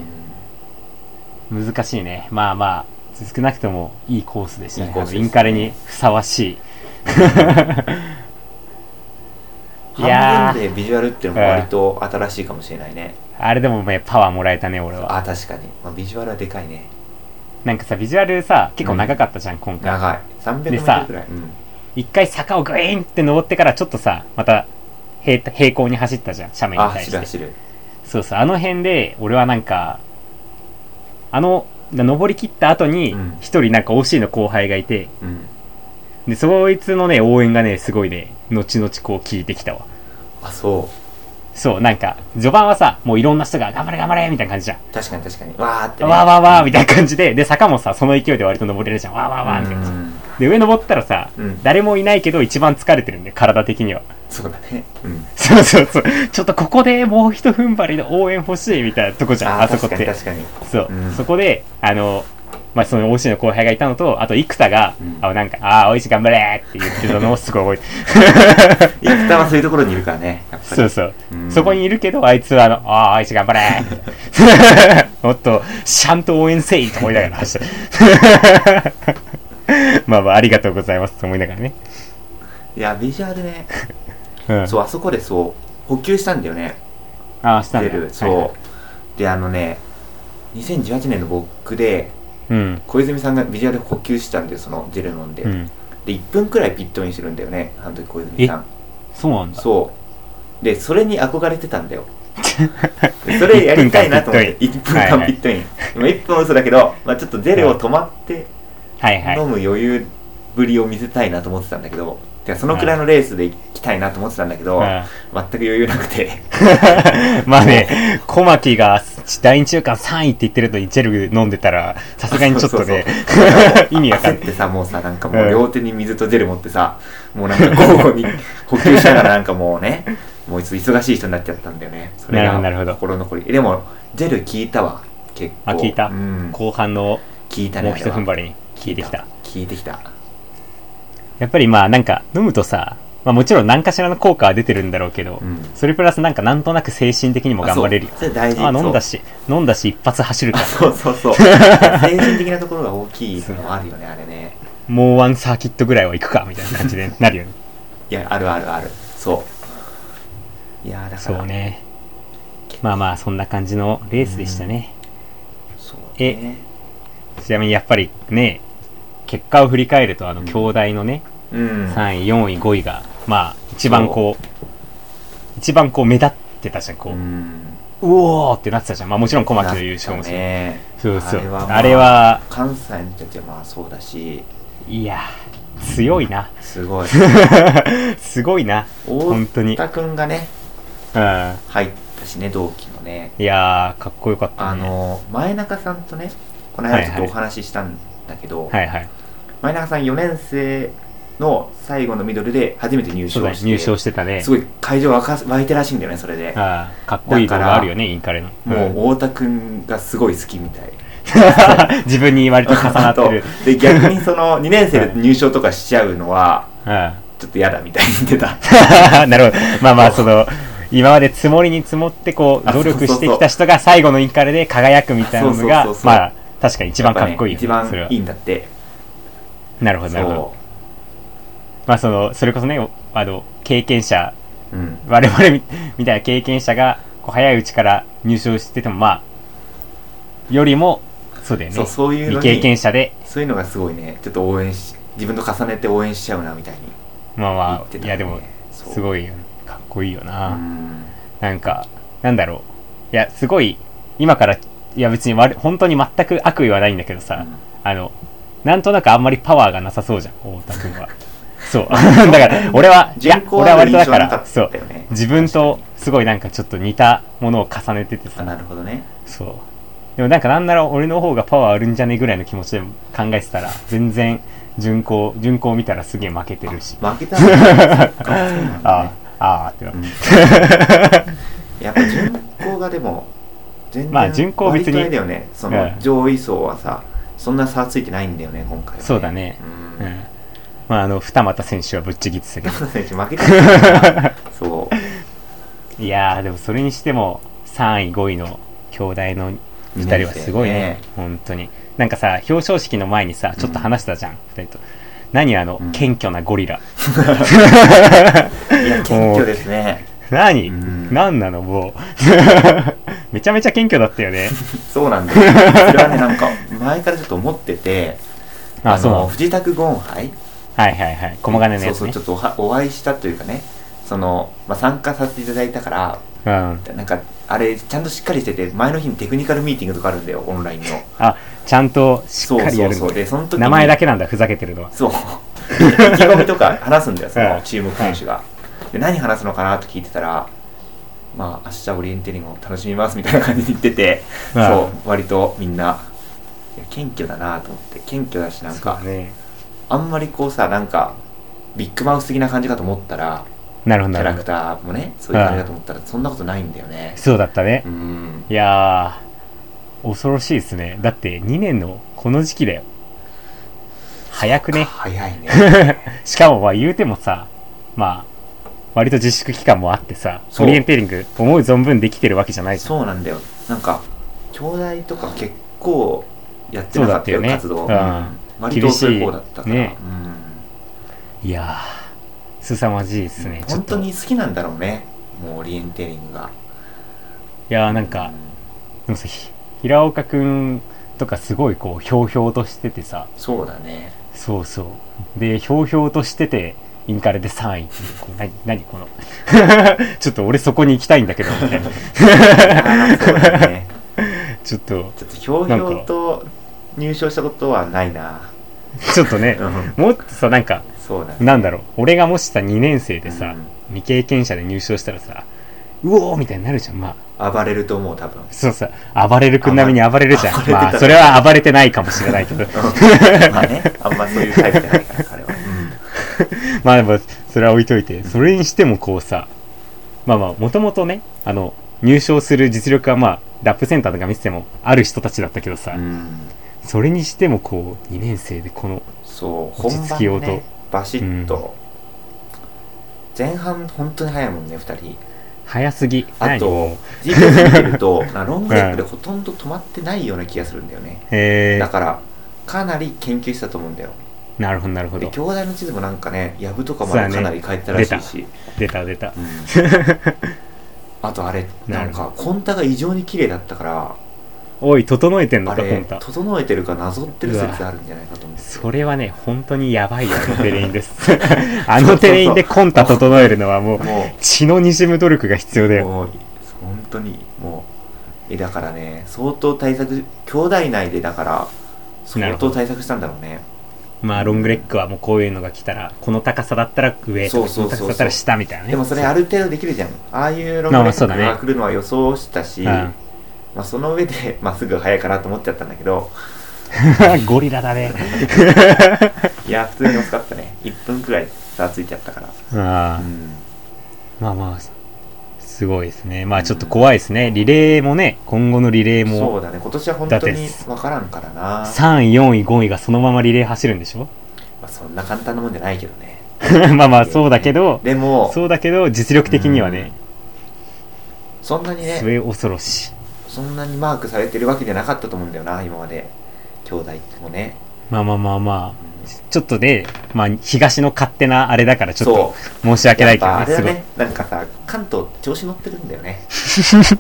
B: う。ん
A: 難しいね。まあまあ、少なくともいいコースでした
B: い
A: ね
B: い。コ
A: あ
B: ース
A: の
B: ですね
A: インカレにふさわしい。いや
B: 半分
A: ー、
B: でビジュアルっていうのも割と新しいかもしれないね、
A: あれでもね、パワーもらえたね、俺は。
B: あ確かに、まあ、ビジュアルはでかいね
A: なんかさ、ビジュアルさ、結構長かったじゃん、今回。
B: 長い3
A: で
B: 0 0
A: さ
B: ルぐらい、うん、
A: 一回坂をグイーンって登ってから、ちょっとさ、また平、平行に走ったじゃん、斜面
B: あ
A: に対
B: 走
A: し
B: る
A: て。
B: 走る
A: そうそう、あの辺で、俺はなんか、あの、登り切った後に
B: うん、
A: 一人なんか OC の後輩がいて、
B: うん
A: で、そいつのね、応援がね、すごいね、後々こう聞いてきたわ。
B: あそう
A: そう、なんか、序盤はさ、もういろんな人が、頑張れ頑張れみたいな感じじゃん。
B: 確かに確かにわーって、ね、
A: わーわーわーみたいな感じで、で、坂もさ、その勢いで割と登れるじゃん。わーわーわーみたいな
B: う
A: 感
B: ん
A: じ。で、上登ったらさ、
B: うん
A: 誰もいないけど一番疲れてるんで、体的には。 [laughs]
B: そうだねうん
A: そうそうそう。ちょっとここでもう一踏ん張りの応援欲しいみたいなとこじゃん、あ
B: ー
A: そこっ
B: 確かに
A: て。
B: 確かに
A: そう、
B: うん
A: そこで、あの、まあ、その OC の後輩がいたのと、あと、生田が、
B: うん
A: あ、なんか、ああ、おいし頑張れって言ってたのをす
B: [laughs]
A: ごい覚えて
B: 生田はそういうところにいるからねやっぱり
A: そうそう
B: うん。
A: そこにいるけど、あいつは、あの、ああ、あいつ頑張れー [laughs] もっと、ちゃんと応援せいと思いながら走って [laughs] まあまあ、ありがとうございますと思いながらね。
B: いやビジュアルね
A: うん。
B: そうあそこでそう補給したんだよね
A: ああ、したん
B: 出
A: だ。
B: る
A: はいは
B: そ
A: いう
B: であのね2018年の僕で
A: うん。
B: 小泉さんがビジュアル補給したんでそのジェル飲んで、
A: うん。
B: で1分くらいピットインしてるんだよねあの時小泉さん
A: そうなんだ。
B: そうでそれに憧れてたん
A: [laughs]
B: だよでそれやりたいなと思って
A: 1
B: 1分
A: 分間
B: 間ピットイン、今1分嘘だけど、まあ、ちょっとジェルを止まって
A: はいはい
B: 飲。む余裕ぶりを見せたいなと思ってたんだけどでそのくらいのレースで行きたいなと思ってたんだけど、
A: うん
B: 全く余裕なくて
A: まあね、小牧が第2中間3位って言ってるのにジェル飲んでたら、さすがにちょっとね
B: そうそうそう、
A: [laughs] 意味わかん
B: 焦
A: な
B: っ
A: い。
B: てさ、もうさ、なんかもううん両手に水とジェル持っ
A: [laughs]
B: てさ、もうなんか交互に [laughs] 補給しながらなんかもうね、もういつ忙しい人になっちゃったんだよね。それ
A: なるほどなるほ
B: が
A: ど
B: 心残り。えでも、ジェル効いたわ、結構。
A: あ、聞いた、
B: うん。効
A: 後半の
B: 聞いたね
A: もう一踏ん張りに聞いてきた。
B: 聞いてきた
A: やっぱりまあなんか飲むとさ、まあもちろん何かしらの効果は出てるんだろうけど、
B: うん
A: それプラスなんかなんとなく精神的にも頑張れるよ
B: あ。そうそれ大事
A: あ飲んだ
B: し
A: し、飲んだし一発走るか
B: あ
A: ら。
B: そうそうそ
A: [laughs]
B: う精神的なところが大きいのもあるよねあれね
A: もうワンサーキットぐらいは行くかみたいな感じでなるよね。
B: いやあるあるあるそういやだか
A: そ
B: ら
A: うね。まあまあそんな感じのレースでしたね。
B: そうね
A: ちなみにやっぱりね、結果を振り返るとあの
B: うん
A: 兄弟のね、
B: うん
A: 3位、4位、5位が、まあ一番こう、一番こう目立ってたじゃん、こう、う
B: うん
A: おーってなってたじゃん。まあもちろん小牧の優勝も
B: だ
A: そ
B: っ
A: う
B: たね
A: そうそう。あれは,、
B: まあ関西の人たちはまあそうだし
A: いや、強い
B: [laughs]
A: な。
B: すごい
A: すごいな。 [laughs] 本当
B: 大
A: に。
B: 田くんがね
A: うん。
B: 入ったしね同期のね
A: いやー、かっこよかった、ね。
B: あ、の前中さんとねこの間ちょっとお話ししたんだけど、
A: はいはい。
B: 前中さん4年生の最後のミドルで初めて入
A: そう
B: 賞
A: だね
B: して
A: 入賞してたね。
B: すごい会場沸かす湧いてるらしいんだよねそれで
A: あーかっこいい動
B: だから
A: 画あるよね、インカレの。
B: も
A: [laughs] う
B: う
A: ん
B: 太田くんがすごい好きみたい
A: 自分に割と重なって
B: [laughs]
A: る。
B: とで逆にその2年生で入賞とかしちゃうのは
A: うん。
B: ちょっと嫌だみたいに言ってた
A: [laughs] なるほど。まあまあ、その、今まで積もりに積もって、こう、
B: あそ
A: 努
B: うそうそ
A: 力
B: う
A: してきた人が最後のインカレで輝くみたいなの
B: そ
A: が
B: うそうそう、そう
A: まあ、確かに一番かっこいいよね。
B: やっぱ
A: それ
B: ね
A: は
B: 一番いいんだって
A: なるほど、なるほど。まあ、その、それこそね、おあの、経験者
B: う、うん、
A: 我々み [laughs] みたいな経験者がこう早いうちから入賞しててもまあよりもそうだよね
B: そうそういうのに
A: 未経験者で
B: そういうのがすごいねちょっと応援し自分と重ねて応援しちゃうなみたいに
A: まあ
B: 言
A: ま
B: っ
A: あ、
B: てた、ね、
A: いやでも
B: そう
A: すごいよねかっこいいよ
B: う
A: な、
B: ん
A: なんかなんだろういやすごい今からいや別に悪い本当に全く悪意はないんだけどさ、
B: うん
A: あのなんとなくあんまりパワーがなさそうじゃん太田君
B: [laughs]
A: はそう [laughs] だから俺はいや
B: 人口
A: 俺は
B: あ
A: 割
B: る印
A: とだ
B: 象は
A: か
B: なからっ
A: そ
B: たよ
A: う
B: ね
A: 自分とすごいなんかちょっと似たものを重ねてて
B: あ
A: さ
B: なるほどね
A: そうでもなんかなんなら俺の方がパワーあるんじゃねぐらいの気持ちで考えてたら全然順行順行見たらすげえ負けてるし
B: 負けたら、ね、そっかそうなんだ
A: あ [laughs]
B: ね
A: あああってなる、
B: うんやっぱ順行がでも全然
A: まあ順行別に
B: 割とあれだよねその
A: うん
B: 上位層はさ、そんな差ついてないんだよね今回は、
A: そうだね
B: う
A: うんんまああの二俣選手はぶっちぎってたけど
B: 山田選手負けたから [laughs] そう
A: いやーでもそれにしても3位5位の兄弟の2人はすごいね本当になんかさ表彰式の前にさちょっと話したじゃん、二人と何あの、
B: うん
A: 謙虚なゴリラ
B: いや謙虚ですね
A: 何、
B: うん
A: 何なのもう [laughs] めちゃめちゃ謙虚だったよね
B: そうなんだよそれは
A: [laughs]
B: ねなんか前からちょっと思ってて
A: あそうな
B: の
A: の
B: 藤田ゴン杯
A: はいはいはい駒金のやつ
B: そうそう
A: ね
B: ちょっとおはお会いしたというかねその、まあ、参加させていただいたから
A: うん
B: なんかあれちゃんとしっかりしてて前の日にテクニカルミーティングとかあるんだよオンラインの
A: あちゃんとしっかりやるん
B: そうそうそう
A: だ
B: でその時に
A: 名前だけなんだふざけてるのは
B: そう意気込みとか話すんだよそ
A: うん
B: の注目選手が、で何話すのかなと聞いてたらまあ明日オリエンテリングを楽しみますみたいな感じで言ってて、
A: うん
B: そう割とみんないや謙虚だなと思って謙虚だしなんか、
A: そうね
B: あんまりこうさなんかビッグマウス的な感じかと思ったら
A: なるほ
B: キ
A: ど
B: ャ
A: なる
B: ラ
A: ほ
B: ク
A: ど
B: ターもねそういう感じだと思ったらそんなことないんだよね
A: そうだったね
B: う、ん
A: いやー恐ろしいですねだって2年のこの時期だよ早くね
B: 早いね
A: しかもまあ言うてもさまあ割と自粛期間もあってさ
B: そ
A: オ
B: う
A: リエンテーリング思う存分できてるわけじゃないじゃん
B: そうなんだよなんか兄弟とか結構やってなかったよ
A: そうだった
B: 活
A: よね
B: 動、
A: うん
B: 割とそういう方だったか
A: 厳し
B: ら、
A: いね
B: うん
A: いやー凄まじいですね、ちょ
B: 本
A: っと
B: 当に好きなんだろうねもうオリエンテリングが
A: いやーなんか、でもさひ平岡くんとかすごいこうひょうひょうとしててさ
B: そうだ
A: [laughs]
B: ね
A: そうそうでひょうひょうとしててインカレで3位っていうこう何何この [laughs] ちょっと俺そこに行きたいんだけどみたいな
B: あーそう [laughs] だ
A: [laughs]
B: ね
A: ちょっと
B: ちょっとひょうひょうと入賞したことはないな
A: ちょっとね
B: うん
A: もっとさなんか
B: そうだね
A: なんだろう俺がもしさ2年生でさ、
B: うん
A: 未経験者で入賞したらさうおーみたいになるじゃんまあ
B: 暴れると思
A: [laughs]
B: う多分
A: そうさ暴れる君並みに暴れるじゃ
B: 暴れ
A: ん
B: てた
A: まあそれは暴れてないかもしれないけど
B: まあねあんまそういうタイプじゃないから彼は、
A: まあでもそれは置いといてそれにしてもこうさまあまあもともとねあの [laughs] 入賞する実力はまあラップセンターとか見ててもある人たちだったけどさ、
B: うん
A: それにしてもこう、2年生でこの、
B: そう
A: 落ち
B: 本
A: 着きよ
B: 番
A: うと
B: ねバシッと、前半本当に早いもんね2人
A: 早すぎ。
B: あ
A: 何も
B: と GPS 見て
A: [laughs]
B: るとなロングジャンプでほとんど止まってないような気がするんだよね
A: う、え
B: だからかなり研究したと思うんだよ
A: ー、なるほど、なるほ
B: で
A: ど
B: 兄。弟の地図もなんかね藪とかも
A: そうだね
B: かなり書いてたらしいし、
A: 出た、出た。
B: うん
A: [laughs]
B: あとあれ
A: な
B: な
A: る
B: ん
A: ほど
B: かコンタが異常に綺麗だったから
A: おい、整えてんの
B: あ
A: か、コ
B: れ
A: ンタ。
B: 整えてるかなぞってる説あるんじゃないかと思う
A: それはね、本当にやばいよ、あのテレインです。 [laughs] あのテレインでコンタ整えるのはもう、
B: も
A: 血の滲む努力が必要だ
B: う
A: よ。
B: もう本当にもうえだからね相当対策兄弟内でだから
A: な
B: 相
A: るほ
B: 当
A: ど
B: 対策したんだろうね
A: まあ、ロングレックはもうこういうのが来たら、この高さだったら上、
B: そう
A: こ
B: そ
A: の
B: う
A: 高
B: そう
A: さ
B: そう
A: だったら下みたいなね。
B: でもそれある程度できるじゃんああいうロング
A: まあま
B: レ
A: あそう
B: ッ
A: だ
B: ク
A: ね
B: が来るのは予想したし、
A: うん
B: まあ、その上で、 [laughs] まあ、すぐ早いかなと思っちゃったんだけど
A: [laughs] ゴリラだね。
B: いや普通に遅かったね1分くらい差ついちゃったから
A: ああ
B: [laughs] うん
A: まあまあ、すごいですね。まあちょっと怖いですね。リレーもね、今後のリレー
B: そう
A: も、
B: だね今年は本当
A: だ
B: に
A: です
B: 分からんからな、ま
A: 3位、4位、5位がそのままリレー走るんでしょ [laughs]
B: あ、そんな簡単なもんじゃないけどね
A: まあまあ、そうだけど、
B: でも
A: そうだけど、実力的にはね、
B: そんなにね
A: 末恐ろしい。
B: そんなにマークされてるわけじゃなかったと思うんだよな今まで兄弟もね
A: まあまあまあま
B: う
A: あ、
B: ん
A: ちょっとね、まあ、東の勝手なあれだから、ちょっ
B: そ
A: と申し訳な
B: やっ
A: いけど
B: ぱあ
A: ね、
B: れだ
A: すごい。
B: ねなんかさ関東調子乗ってるんだ
A: [laughs]
B: よね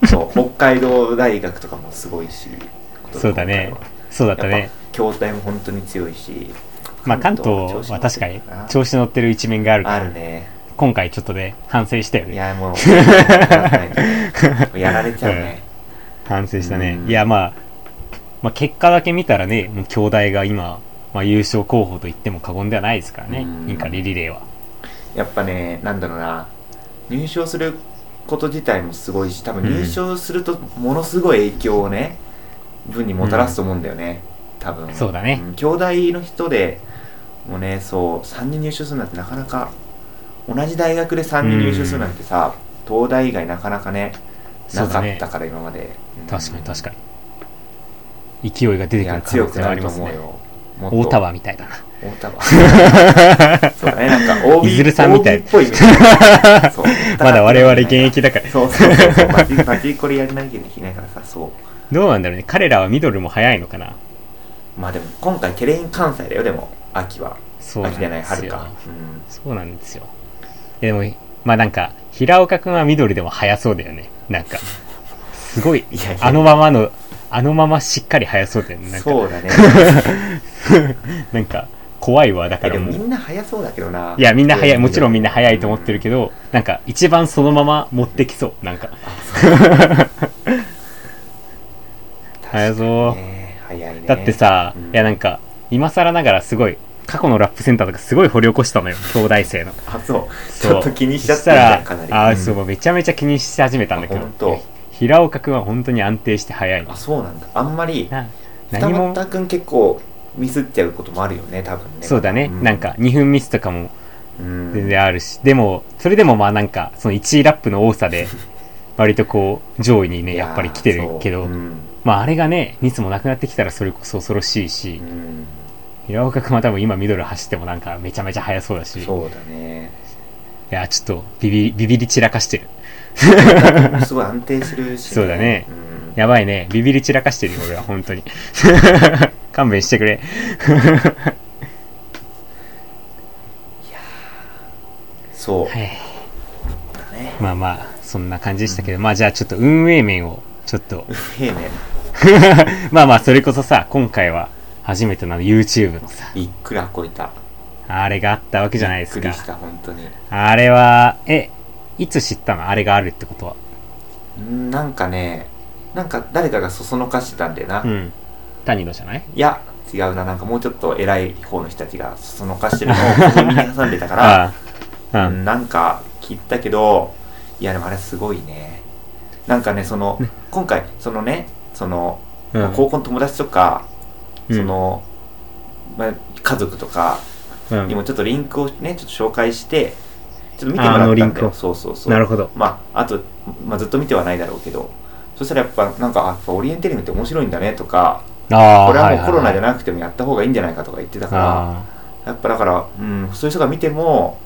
B: そう北海道大学とかもすごいし
A: そうだね
B: 今回は。
A: そうだった
B: やっ
A: ね
B: ぱ。筐体も本当に強いし
A: まあ、関東は確かに調子乗ってる一面があるか
B: あ
A: ら、
B: るね
A: 今回ちょっとね、反省したよ
B: い
A: ね。
B: やもうやられちゃう
A: [laughs]
B: ね、
A: 反省したね
B: う。ん
A: いや、まあ、まあ、結果だけ見たらね、もう兄弟が今、まあ、優勝候補と言っても過言ではないですからね
B: う、ん
A: インカレリレーは。
B: やっぱねなんだろうな入賞すること自体もすごいし多分
A: うん
B: 入賞するとものすごい影響をね分にもたらすと思うんだよね、多分
A: そうだね
B: ん兄弟の人でもうねそう3人入賞するなんてなかなか同じ大学で3人入賞するなんてさ、東大以外なかなかね
A: そ
B: な
A: う
B: か
A: だ
B: っ
A: ね
B: た。から今まで、うん
A: 確かに確かに。勢いが出て
B: い
A: く
B: や
A: る可
B: 強
A: 能
B: く
A: 性はあ
B: なる
A: り
B: と
A: ます
B: 思う
A: ね。
B: よ
A: 大田
B: ワ
A: 原みたい
B: [laughs]
A: だな。 [laughs]
B: 大田原そうだねなんか OB
A: いずるさんみたい
B: OB っぽいみた
A: [laughs]
B: いなそう
A: まだ我々現役だから。
B: そうそうそうそう、バチバチこれやりなきゃできないからさ、そう。
A: どうなんだろうね。彼らはミドルも早いのかな。
B: まあでも、今回、テレイン関西だよ、でも、秋は。
A: そうなん
B: 秋じゃない、
A: です
B: 春
A: よ
B: か。。うん。
A: そうなんですよ。でも、まあなんか、平岡くんは緑でも早そうだよね。なんか、すごい、
B: [laughs] いやいや
A: あのままの、あのまましっかり早そうだよね。なんか、
B: そうだね。
A: [laughs] なんか怖いわ、だ
B: え
A: か
B: で
A: ら
B: も
A: も
B: み
A: う。
B: んな早そうだけどな。
A: いや、みんな早い、もちろんみんな早いと思ってるけ
B: ど。
A: ど、なんか、一番そのまま持ってきそう。なんか、早そう
B: ね早いね。
A: だってさ、
B: うん
A: いやなんか、今更ながらすごい、過去のラップセンターとかすごい掘り起こしたのよ、兄弟生の。
B: あ、そう。ち
A: そう
B: ょっと気にしちゃっ
A: そした
B: た
A: ら
B: かなり。
A: あ
B: ん
A: ーそう、めちゃめちゃ気にし始めたんだけ
B: あほん
A: ど
B: と
A: 平岡君は本当に安定して早い
B: あ、そうなんだ。あんまり、
A: な
B: 二
A: 何も
B: 股くん結構、ミスっちゃうこともあるよね、多分ね。
A: そうだね、なんか、2分ミスとかも
B: うん
A: 全然あるし、でもそれでもまあなんかその1位ラップの多さ
B: [laughs]
A: で割とこう上位にねやっぱり来てるけど、
B: いやーそううん
A: まああれがねミスもなくなってきたらそれこそ恐ろしいし、
B: うん
A: 平岡君は多分今ミドル走ってもなんかめちゃめちゃ速そうだしい
B: そうだ
A: [laughs]
B: ね。
A: やちょっとビビりビビり散らかしてる
B: すごい安定するし、
A: そうだね
B: うん
A: やばいねビビり散らかしてるよ俺は本当
B: [laughs]
A: に勘弁してくれ
B: そう
A: はい
B: だね。
A: まあまあ、そんな感じでしたけど、まあじゃあちょっと運営面を、ちょっと、
B: 平面、
A: [laughs] まあまあ、それこそさ、今回は初めてなの YouTube のさ、
B: びっくらこいた。
A: あれがあったわけじゃないです
B: びっ
A: か
B: くり。した、本当に。
A: あれは、え、いつ知ったのあれがあるってことは。
B: うんなんかね、なんか誰かがそそのかしてたんだよな。
A: う
B: い
A: ん。谷野じゃない
B: や、違うな、なんかもうちょっと偉い方の人たちがそそのかし
A: [laughs]
B: てるのを小耳に挟んでたから、
A: ああ、
B: う
A: うん。
B: んなんか聞いたけど、いや、でもあれすごいね。なんかね、その、今回、そのね、その、
A: うん
B: まあ高校の友達とか、
A: うん
B: その、まあ、家族とか、
A: うん
B: にもちょっとリンクをねちょっと紹介してちょっと見てもらったんだ
A: ああのリンク
B: よ
A: を
B: そうそうそう
A: なるほど。
B: まああと、まあ、ずっと見てはないだろうけどそしたらやっぱなんかあやっぱオリエンテリングって面白いんだねとか
A: ああ、
B: これはもうコロナじゃ
A: な
B: なくてもやった方がいいんじゃないかとか言ってたから、
A: あ
B: やっぱだから、うん、そういう人が見ても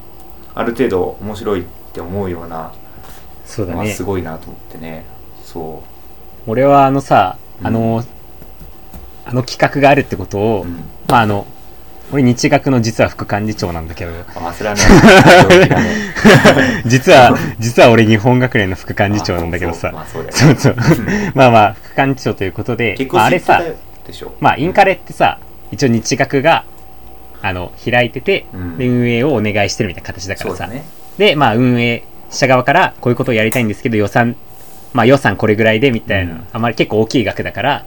B: ある程度面白いって思うような、
A: ーそうだ
B: まあ、
A: ね
B: す。ごいなと思ってねそ
A: 俺はあのさ、
B: うん
A: あの、あの企画があるってことを、
B: う、うん、
A: まああの、俺日学の実は副幹事長なんだ
B: [laughs]
A: けど、
B: あそれはね病気だね
A: [laughs] 実は、実は俺日本学連の副幹事長なんだけど
B: あ
A: さ、
B: そうまあ、そう
A: そうそう。
B: だよね
A: [laughs] まあまあ、副幹事長ということで
B: うん、結
A: まあ、
B: 構
A: あれ
B: 知ってた
A: さ、
B: でしょ
A: まあインカレってさ、一応日学が、あの、開いてて、
B: うん
A: で運営をお願いしてるみたいな形だか
B: そ
A: ら
B: う
A: さ、
B: だね
A: で、まあ、運営者側から、こういうことをやりたいんですけど、予算、まあ、予算これぐらいで、みたいな、
B: うん
A: あまり結構大きい額だから、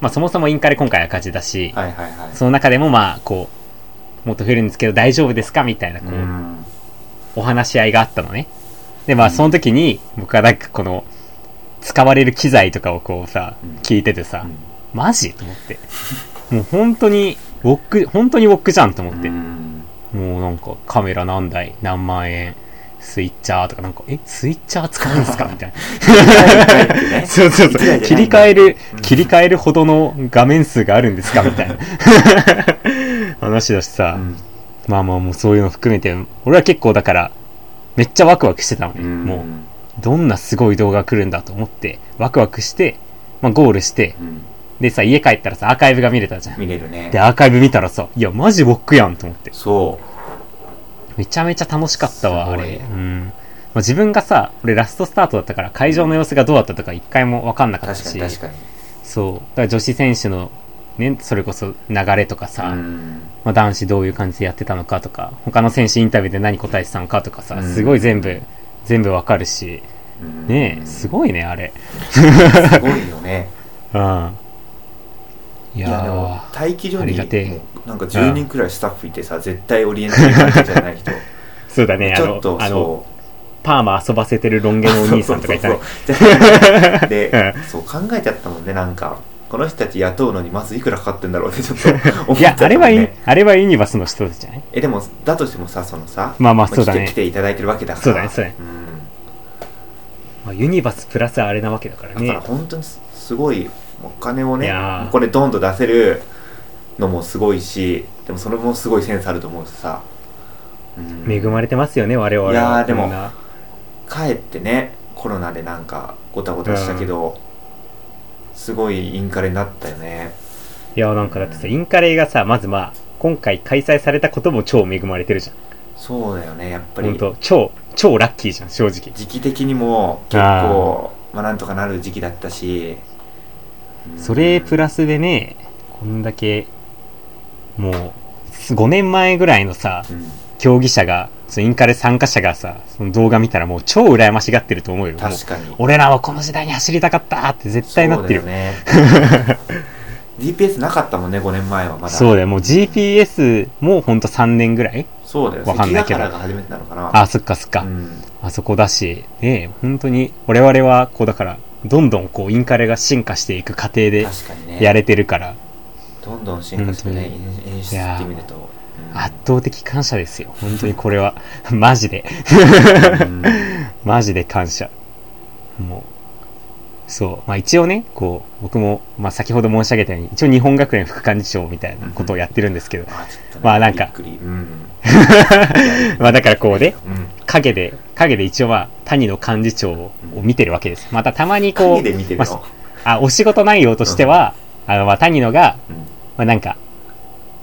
A: まあ、そもそもインカレ今回赤字だし、
B: はいはいはい
A: その中でも、まあ、こう、もっと増えるんですけど、大丈夫ですかみたいな、こう、
B: ん
A: お話し合いがあったのね。で、まあ、その時に、僕はなんかこの、使われる機材とかをこうさ
B: うん、
A: 聞いててさ、
B: うん
A: マジと思って。もう本当に、ウォック、本当にウォックじゃんと思って
B: う。ん
A: もうなんかカメラ何台何万円スイッチャーとかなんかえスイッチャー使うんですかみたい
B: [laughs]
A: なそうそう
B: 一台じ
A: そ
B: ゃないうんだ
A: 切り替える
B: うん
A: 切り替えるほどの画面数があるんですかみたい
B: [laughs]
A: な話だしさ、
B: うん
A: まあまあもうそういうの含めて俺は結構だからめっちゃワクワクしてたのね、
B: うん
A: もうどんなすごい動画来るんだと思ってワクワクして、まあ、ゴールして
B: うん
A: でさ家帰ったらさアーカイブが見れたじゃん
B: 見れるね
A: でアーカイブ見たらさいやマジ僕やんと思って
B: そう
A: めちゃめちゃ楽しかったわ、あ
B: すごい
A: れ。うん。まあ自分がさ、俺ラストスタートだったから会場の様子がどうだったとか一回もわかんなかった
B: 確か
A: し。
B: に確かに
A: そう。だから女子選手の、ね、それこそ流れとかさ、
B: うん
A: まあ男子どういう感じでやってたのかとか、他の選手インタビューで何答えてたのかとかさ、
B: うん
A: すごい全部、全部わかるし。
B: うん
A: ねえ、すごいね、あれ。
B: すごいよね
A: うん。い
B: い
A: や
B: やでも
A: ー。
B: 待機所
A: あり
B: に
A: がてえ
B: もうなんか10人くらいスタッフいてさ絶対オリエンテーションじゃない人
A: そうだね、あ
B: ちょ
A: の
B: っ、と
A: あの、
B: そう
A: パーマ遊ばせてるロン毛のお兄さんとかいたね。
B: そうそうそうで
A: う、
B: そう考えちゃったもんね、なんか。この人たち雇うのにまずいくらかかってんだろうってちょっと思っちゃったも
A: [laughs] [laughs]
B: ん
A: いや、あれはいい
B: ね。、
A: あれはユニバスの人じゃない
B: え、でも、だとしてもさ、そのさ、
A: まあまあそうだね
B: 来て来ていただいてるわけだから。
A: そうだねそうだね
B: ん
A: まあ、ユニバスプラスあれなわけだから
B: だか
A: ね
B: ら。本当にすすごい、お金を
A: い
B: ね
A: やー、
B: これドンと出せるのもすごいし、でもそれもすごいセンスあると思うしさ。うん
A: 恵まれてますよね、我々は。
B: いやーでも
A: こんな
B: かえってねコロナでなんかごたごたしたけど、すごいインカレになったよね
A: いやーなんかだってさ、インカレがさ、まずまあ、今回開催されたことも超恵まれてるじゃん。
B: そうだよねやっぱ
A: ほん
B: り
A: と、超、超ラッキーじゃん、正直。
B: 時期的にも結構まあなんとかなる時期だったし、うん
A: それプラスでね、こんだけ、もう、5年前ぐらいのさ、
B: うん
A: 競技者が、そのインカレ参加者がさ、その動画見たらもう超羨ましがってると思うよ。もう
B: 確かに
A: 俺らはこの時代に走りたかったーって絶対なってるよ
B: そう。だ [laughs] よね GPS なかったもんね5年前はまだ
A: そうだよ、もう GPS もほんと3年ぐらい
B: そうだよ
A: わかんないけど
B: 関ヶ原が初めてなのかな
A: あ、そっかそっか。
B: うん
A: あそこだし、ねえ、本当に、我々は、こうだから、どんどんこう、インカレが進化していく過程で
B: 確かにね
A: やれてるから、
B: どんどん進化してね演演出ってみると、うん
A: 圧倒的感謝ですよ。本当にこれは、 [laughs] マジで、
B: うん
A: マジで感謝。もう、そう。まあ一応ね、こう、僕も、まあ先ほど申し上げたように、一応日本学連副幹事長みたいなことをやってるんですけど、 [laughs]
B: あちょっとね
A: まあなんか
B: びっくりうん
A: まあだからこうね、
B: うん
A: 影で、影で一応まあ、谷野幹事長を見てるわけです。またたまにこ
B: 何
A: う、
B: で見てる
A: まあ
B: の、
A: あ、お仕事内容としては、あの、まあ、谷野が、まあ、なんか、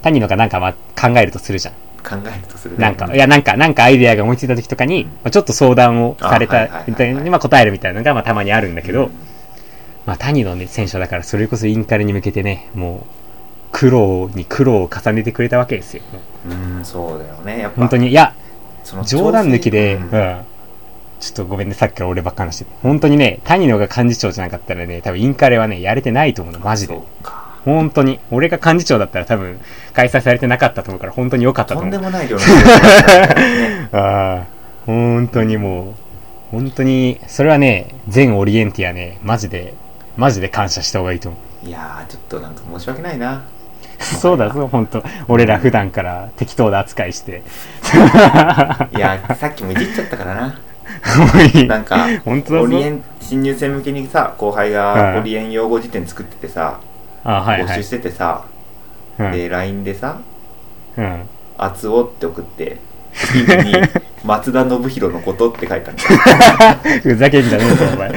A: 谷野がなんか、まあ、考えるとするじゃん。
B: 考えるとするね
A: なんか、いや、なんか、なんかアイデアが思いついた時とかに、まあ、ちょっと相談をされ
B: あはいはい
A: た
B: はい、
A: みたいに、まあ、答えるみたいなのが、まあ、たまにあるんだけど、
B: うん
A: まあ、谷野ね、選手はだから、それこそインカレに向けてね、もう、苦労に苦労を重ねてくれたわけですよ。
B: うんそうだよねやっぱ
A: 本当に、いや、
B: その
A: 冗談抜きで、
B: う
A: うんん。ちょっとごめんね、さっきから俺ばっか話してて。本当にね、谷野が幹事長じゃなかったらね、多分インカレはね、やれてないと思うの、マジで
B: そ。うか
A: 本当に。俺が幹事長だったら多分、開催されてなかったと思うから、本当に良かったと
B: とん
A: 思
B: で
A: う。
B: もない
A: [laughs]
B: 量の情報だったね
A: ああ、本当にもう、本当に、それはね、全オリエンティアね、マジで、マジで感謝した方がいいと思う。
B: いやーちょっとなんか申し訳ないな
A: [laughs] そうだぞ、本当俺ら普段から適当な扱い [laughs] して。
B: いやーさっきもいじっちゃったからななんか
A: 本当だぞ
B: オリエン新入生向けにさ後輩
A: う
B: が
A: ん
B: オリエン用語辞典作っててさ、
A: あ、はい
B: 募
A: は
B: 集
A: い
B: し。ててさ、
A: うん。
B: で LINE でさ
A: うん。
B: 「あつお」って送って次
A: [laughs]
B: に「松田信弘のこと」って書いたの
A: ふざけんじゃねえぞ、お前。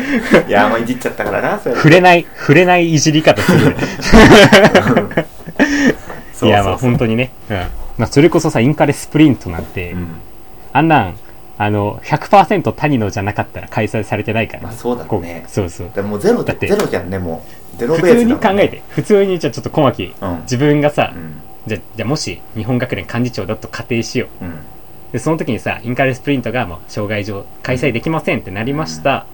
B: いやあんまいじっちゃったからなそれ
A: [laughs] 触れない、触れないいじり方するね。
B: そうそうそう
A: いや、まあ本当にね。うん。まあ、それこそさ、インカレスプリントなんて、
B: うん
A: あんなん、あの、100%谷野じゃなかったら開催されてないから、
B: まあそうだろうね
A: こうそうそう。
B: でもうゼロ
A: だ
B: だ
A: って
B: ゼロじゃんねもうゼロ
A: 普
B: ベー
A: 通
B: ス
A: に
B: だ
A: 考
B: もんね
A: えて、普通にじゃあちょっと小牧、
B: うん
A: 自分がさ
B: う、ん
A: じゃあ、じゃあもし日本学連幹事長だと仮定しよう。
B: うん
A: でその時にさインカレスプリントがもう障害上開催できませんってなりました、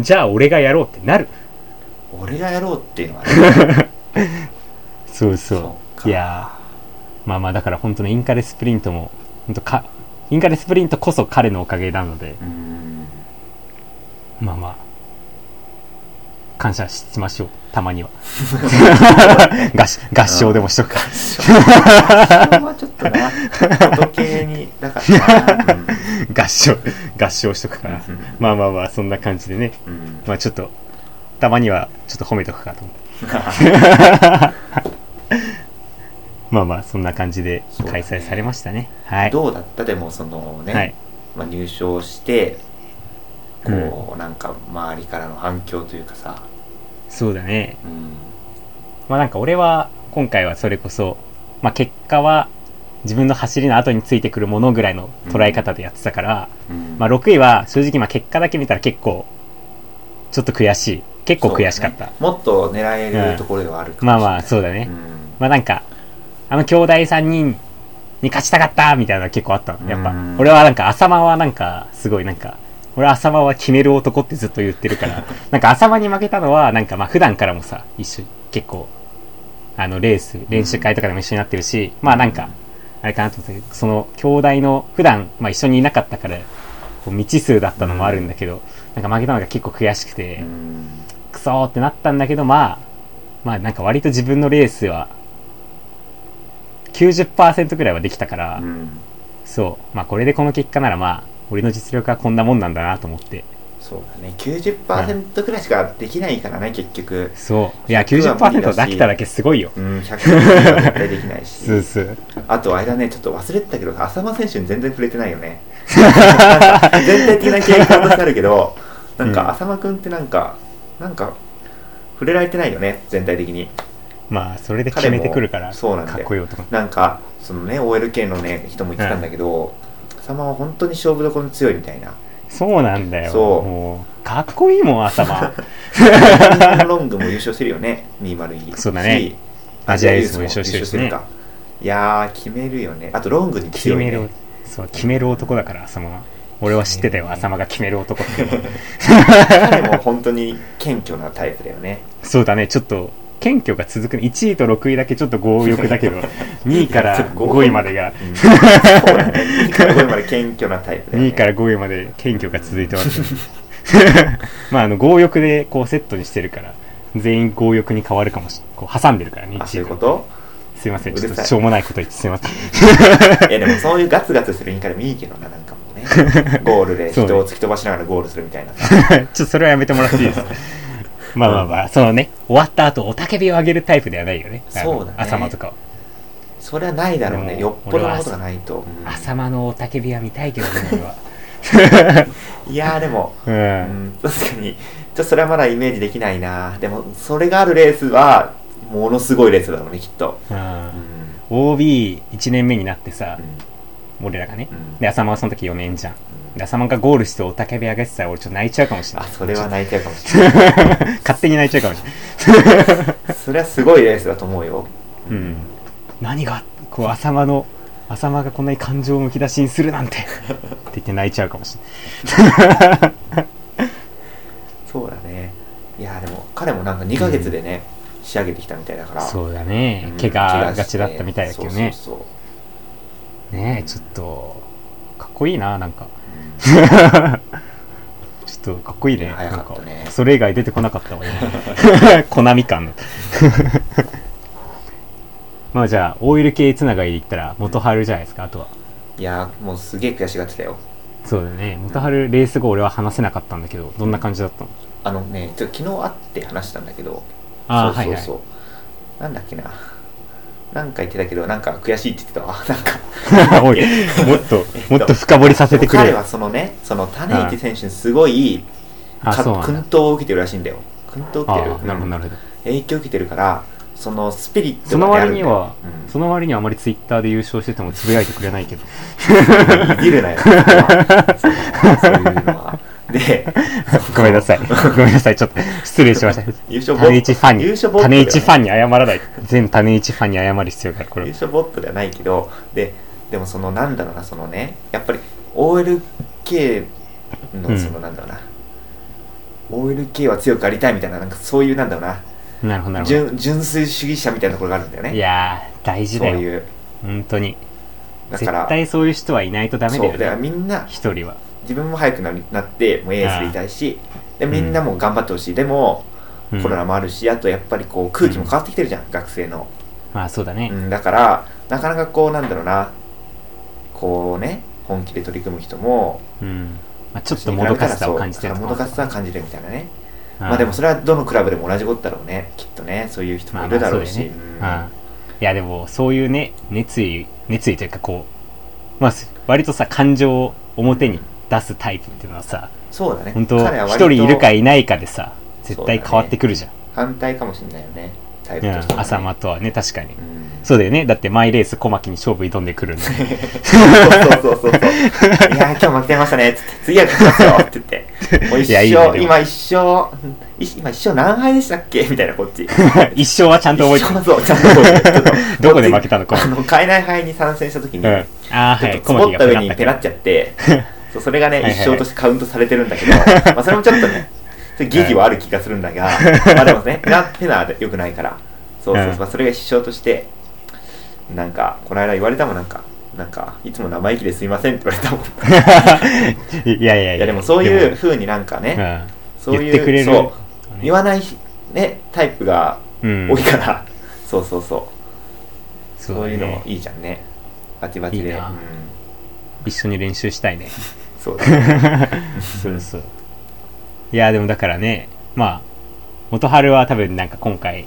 A: じゃあ俺がやろうってなる
B: 俺がやろうっていうのはね
A: そう [laughs] そう
B: そうか
A: いやーまあまあだから本当にインカレスプリントも本当かインカレスプリントこそ彼のおかげなので
B: うん
A: まあまあ感謝しましょうたまに
B: [laughs]
A: は合し合唱でもしとくか、
B: まあちょっとな時計にだからな
A: 合唱合唱しとくから、
B: うん
A: まあまあまあそんな感じでね
B: うんうん
A: まあちょっとたまにはちょっと褒めとくかと思って [laughs] まあまあそんな感じで
B: そうだ
A: 開
B: ね
A: 催されましたねはい
B: どうだったでもそのね、
A: はい
B: まあ、入賞してこう、なんか周りからの反響というかさ、
A: そうだね
B: うん、
A: まあなんか俺は今回はそれこそ、まあ、結果は自分の走りの後についてくるものぐらいの捉え方でやってたから、
B: うん
A: まあ、6位は正直まあ結果だけ見たら結構ちょっと悔しい結構悔しかった、
B: そうだねもっと狙えるところではあるかもしれ
A: ま
B: な
A: あま
B: い、
A: あそうだね、
B: うん
A: まあなんかあの兄弟3人に勝ちたかったみたいなのが結構あったのやっぱ
B: うん
A: 俺はなんか浅間はなんかすごいなんか俺は浅間は決める男ってずっと言ってる
B: [laughs]
A: からなんか浅間に負けたのはなんかまあ普段からもさ一緒に結構あのレース練習会とかでも一緒になってるしまあなんかあれかなと思ったけどその兄弟の普段まあ一緒にいなかったからこう未知数だったのもあるんだけどなんか負けたのが結構悔しくて、
B: うん
A: くそーってなったんだけど、まあ、まあなんか割と自分のレースは、90%くらいはできたから、
B: うん
A: そう、まあこれでこの結果ならまあ、俺の実力はこんなもんなんだなと思って。
B: そうだね90%くらいしかできないからね結局、
A: そう。いや、
B: 100は無理だし
A: 90%できただけすごいよ。
B: うん、100%は絶対できないし
A: [laughs] スースー。
B: あとあれだねちょっと忘れてたけど浅間選手に全然触れてない
A: [laughs]
B: よねなんか全体的な経過としてあるけどなん
A: うん
B: か浅間君ってなんかなんか触れられてないよね全体的に
A: まあ、それで決めてくるから、
B: 彼もそうなんだ
A: か
B: よ
A: っこいい男。
B: なんかそのね OLK のね人も言ってたんだけど、浅間は本当に勝負どころに強いみた
A: [laughs]
B: いな
A: そうなんだよ。
B: そう
A: もう、かっこいいもん、朝
B: [laughs]
A: 間。
B: ロングも優勝してるよね201
A: そうだね
B: し
A: アジアユースも優勝してるしね
B: 優勝かいやー決めるよねあとロングに
A: 決
B: 強い、
A: め
B: ね、
A: る、そう、決める男だから、朝間は。俺は知ってたよ、朝間が決める男っていうの
B: [laughs]
A: は。
B: 彼も本当に謙虚なタイプだよね
A: そうだね、ちょっと、謙虚が続くね。1位と6位だけちょっと強欲だけ
B: [laughs]
A: ど、2位から5位までが、 [laughs]
B: うんそうだね2位から5位まで謙虚なタイプだよね
A: 2位から5位まで謙虚が続いてます
B: [laughs]
A: ね。まあ、あの、強欲でこうセットにしてるから、全員強欲に変わるかもしこう挟んでるからね、
B: あそう
A: 1位。
B: いうことと
A: すいません、ちょっ
B: うる
A: と
B: さい
A: しょうもないこと言ってすいません。
B: いやでもそういうガツガツするインカレもいいけどななんか
A: [laughs]
B: もうねゴールで人を突き飛ばしながらゴールするみたいなさ
A: [laughs] ちょっとそれはやめてもらっていいです
B: [laughs]
A: かまあまあまあ、そのね、終わった後、おたけびを上げるタイプではないよね。あの
B: そうだね
A: 朝間とかは。
B: それはないだろう
A: で
B: ね
A: も
B: よっぽどのことがないと、うん
A: 朝間のおたけびは見たいけどね、俺は。
B: いやーでも、
A: う。
B: うんん、確かにちょっとそれはまだイメージできないなでもそれがあるレースはものすごいレースだろうねきっと、
A: う。
B: うんん
A: OB1 年目になってさ
B: う、ん
A: 俺らがね、
B: うん
A: で浅間はその時4年じゃんで浅間がゴールしておたけび上げてたら俺ちょっと泣いちゃうかもしれ
B: あ
A: ない
B: それは泣いちゃうかもしれな
A: 勝手に泣いちゃうかもしれない
B: いそれはすごいレースだと思うよ
A: うん何がこう浅間の浅間がこんなに感情をむき出しにするなんてって言って泣いちゃうかもしれない
B: そうだねいやーでも彼もなんか2ヶ月でね、仕上げてきたみたいだから
A: そうだね
B: う
A: 怪
B: ん
A: 我が
B: して
A: ちだったみたいだけどね
B: そうそうそう
A: ねえちょっとかっこいいななんかちょっとかっこいいね
B: 早かったね
A: なんかそれ以外出てこなかったわ
B: [laughs]
A: 今コナミ感のまあじゃあオイル系つながりで言ったら元春じゃないですかあとはい [laughs]
B: やーもうすげえ悔しがってたよ
A: そうだね元春レース後俺は話せなかったんだけどどんな感じだったの
B: あのねちょっと昨日会って話したん元春話したんだけど
A: ああ
B: そう
A: はい
B: そう
A: はい
B: そう、なんだっけななんか言ってたけどなんか悔しいって言ってたわ [laughs] なんか
A: [laughs] おい、もっと、もっと深掘りさせてくれ
B: 彼
A: よ
B: は。そのねその種市選手にすごい
A: あ、
B: か
A: そうなん
B: 薫
A: だ。
B: 陶を受けてるらしいんだよ薫陶を受け
A: あ
B: てる
A: なるほど、なるほど。
B: 影響を受けてるからそのスピリット
A: その割には、
B: うん
A: その割にはあまりツイッターで優勝しててもつぶやいてくれないけど。
B: いじるなよ。そこはそういうのは。で、
A: ごめんなさい。ごめんなさい。ちょっと、失礼しました。
B: 優勝ボッ
A: 種市ファンに、
B: 優勝ボットで
A: 種
B: は
A: 市ファンに謝らない。全種市ファンに謝る必要がある。こ
B: 優
A: れ。
B: 勝ボットではないけど、で、でもそのなんだろうな、そのね、やっぱり OLK
A: う
B: の
A: ん
B: そのなんだろうな、OLK は強くありたいみたいな、なんかそういうなんだろうな、
A: なるほど、なるほ
B: 純純粋主義者みたいなところがあるんだよ
A: ど。
B: ね。
A: いやー、大事
B: そう
A: だよ。
B: いう。
A: 本当に。
B: だ
A: 絶
B: から、
A: 対そういう人はいないとダメだ
B: そ
A: よ
B: う、だから
A: ね。
B: みんな、
A: 一人は。
B: 自分も早くなりなって、もうエースでいたいし、で、
A: うん
B: みんなも頑張ってほしい。でも、
A: うん
B: コロナもあるし、あとやっぱりこう空気も変わってきてるじゃん、学生の。
A: まあ、そうだね
B: う。ん、だから、なかなかこう、なんだろうな、こうね、本気で取り組む人も、
A: うん。まあ、ちょっともどかしさを感じてる
B: る。
A: と
B: も
A: こ
B: どかしさは感じるみたいなね。
A: うん
B: まあでもそれはどのクラブでも同じことだろうね、きっとね、そういう人もいるだろうし。
A: まあまあそうだよねうん、いやでもそういうね熱意熱意というかこう、まあ、す割とさ感情を表に出すタイプっていうのはさ
B: うんそうだね。
A: 本当
B: 彼は
A: 一
B: 割と
A: 人いるかいないかでさ絶対変わってくるじゃん、
B: 反対かもしれないよね、タイプと
A: う
B: してはね、
A: ん、朝間とはね確かに、
B: うん。
A: そうだよねだってマイレース小牧に勝負挑んでく
B: [laughs]
A: るんで
B: そう
A: [laughs]
B: そうそうそう。いやー、今日負けちゃいましたね。つって、次は勝ちますよ。って言って。もう一
A: いやいいねで
B: 生、
A: も
B: 今一生、い今一生何敗でしたっけみたいな、こっち。
A: 一生はちゃんと覚えて
B: 一
A: る
B: 生そう、ちゃんと覚えてるちょっと
A: どこで負けたの
B: こっち
A: か
B: あの、買えない敗に参戦した時に、
A: うん、ああ
B: ち
A: はい
B: ょっとつ
A: 小
B: ぼ
A: 牧が
B: った
A: ペ
B: 上
A: ラ
B: に
A: ッ
B: ペ
A: ペ
B: ラ
A: ラ
B: っち
A: [laughs]
B: ゃって、そうそれがね、
A: はいはい
B: 一生としてカウントされてるんだけど、まあそれもちょっ
A: [laughs]
B: とね、ちょっと疑義はある気がするんだが、まあでもね、ペナ、ペナで良くないから、そうそうそう、
A: うん
B: まあそれが一生として、なんか、この間言われたもん、なんか、なんか、いつも生意気ですいませんって言われたもん。
A: [laughs] いやいやいや
B: いやでもそういう
A: でも
B: 風になんかね、
A: うん
B: そうい
A: 言
B: う
A: ってくれる
B: そ
A: ね
B: う言わない、ね、タイプが
A: うん
B: 多いから、そうそうそう
A: そう
B: そう
A: だ
B: いうのも
A: ね
B: いいじゃんねバチバチで
A: いいな
B: うん、
A: 一緒に練習した
B: [laughs]
A: いね
B: そうだね
A: そうそう。いや、でもだからね、まあ、元春は多分なんか今回、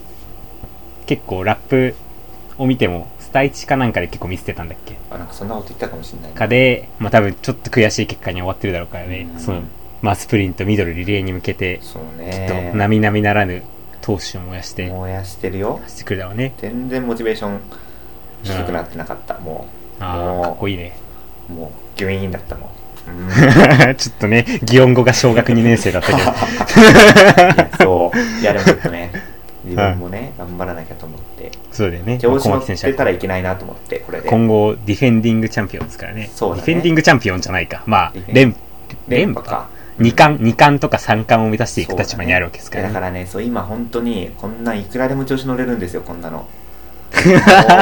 A: 結構ラップを見ても、スタイチかなんかで結構見せてたんだっけ
B: あなんかそんなこと言ったかもしれない
A: かで、まあ多分ちょっと悔しい結果に終わってるだろうからね、
B: うん
A: その、まあスプリント、ミドル、リレーに向けて、
B: そう
A: きっ
B: ね
A: と、並々ならぬ闘志を燃やして、
B: 燃やしてるよ
A: 走ってくるだろうね。
B: 全然モチベーション低くなってなかった、も
A: あ
B: お
A: あ、
B: ー
A: かっこいいね。 [laughs]
B: うもうギュイーンだったもん、うん
A: ちょっとね、擬音語が小学2年生だったけ
B: [laughs]
A: ど。
B: そういやでもちょっと
A: [laughs]
B: ね自分もね、頑張らなきゃと思って
A: そうだよね。
B: 調子
A: まあ
B: 乗ってたらいけないなと思ってこれで
A: 今後ディフェンディングチャンピオンですからね
B: そうだね
A: ディフェンディングチャンピオンじゃないかまあ
B: ディフェン
A: 連
B: 連覇か
A: 2冠二冠とか3冠を目指していく立
B: そうだ
A: 場
B: ね
A: にあるわけですか
B: いや
A: ら
B: だ
A: ね
B: からねそう今本当にこんなんいくらでも調子乗れるんですよこんな
A: [laughs]
B: のも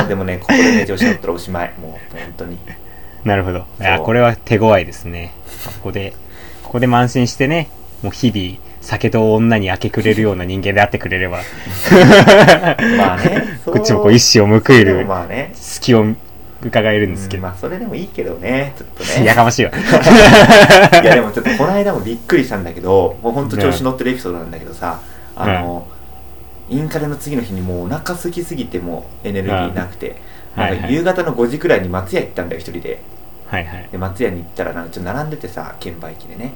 B: うでもねここでね調子乗ったらおしまいもう本当に
A: なるほどいや
B: そう
A: これは手強いですねここでここで慢心してねもう日々酒と女に明け暮れるような人間であってくれれば
B: まあね
A: [laughs] こっちもこう一矢を報い
B: でも
A: る
B: まあね
A: 隙を伺えるんですけ
B: うん
A: ど、
B: まあそれでもいいけどねちょっと
A: や
B: ね
A: かま
B: [laughs]
A: しいわ
B: いやでもちょっとこの間もびっくりしたんだけどもう本当調子乗ってるエピソードなんだけどさあの、インカレの次の日にもうお腹空きすぎてもうエネルギーなくて、
A: うんはいはい
B: なんか夕方の5時くらいに松屋行ったんだよ一人で
A: はいはい、
B: で松屋に行ったらなんかちょっと並んでてさ券売機でね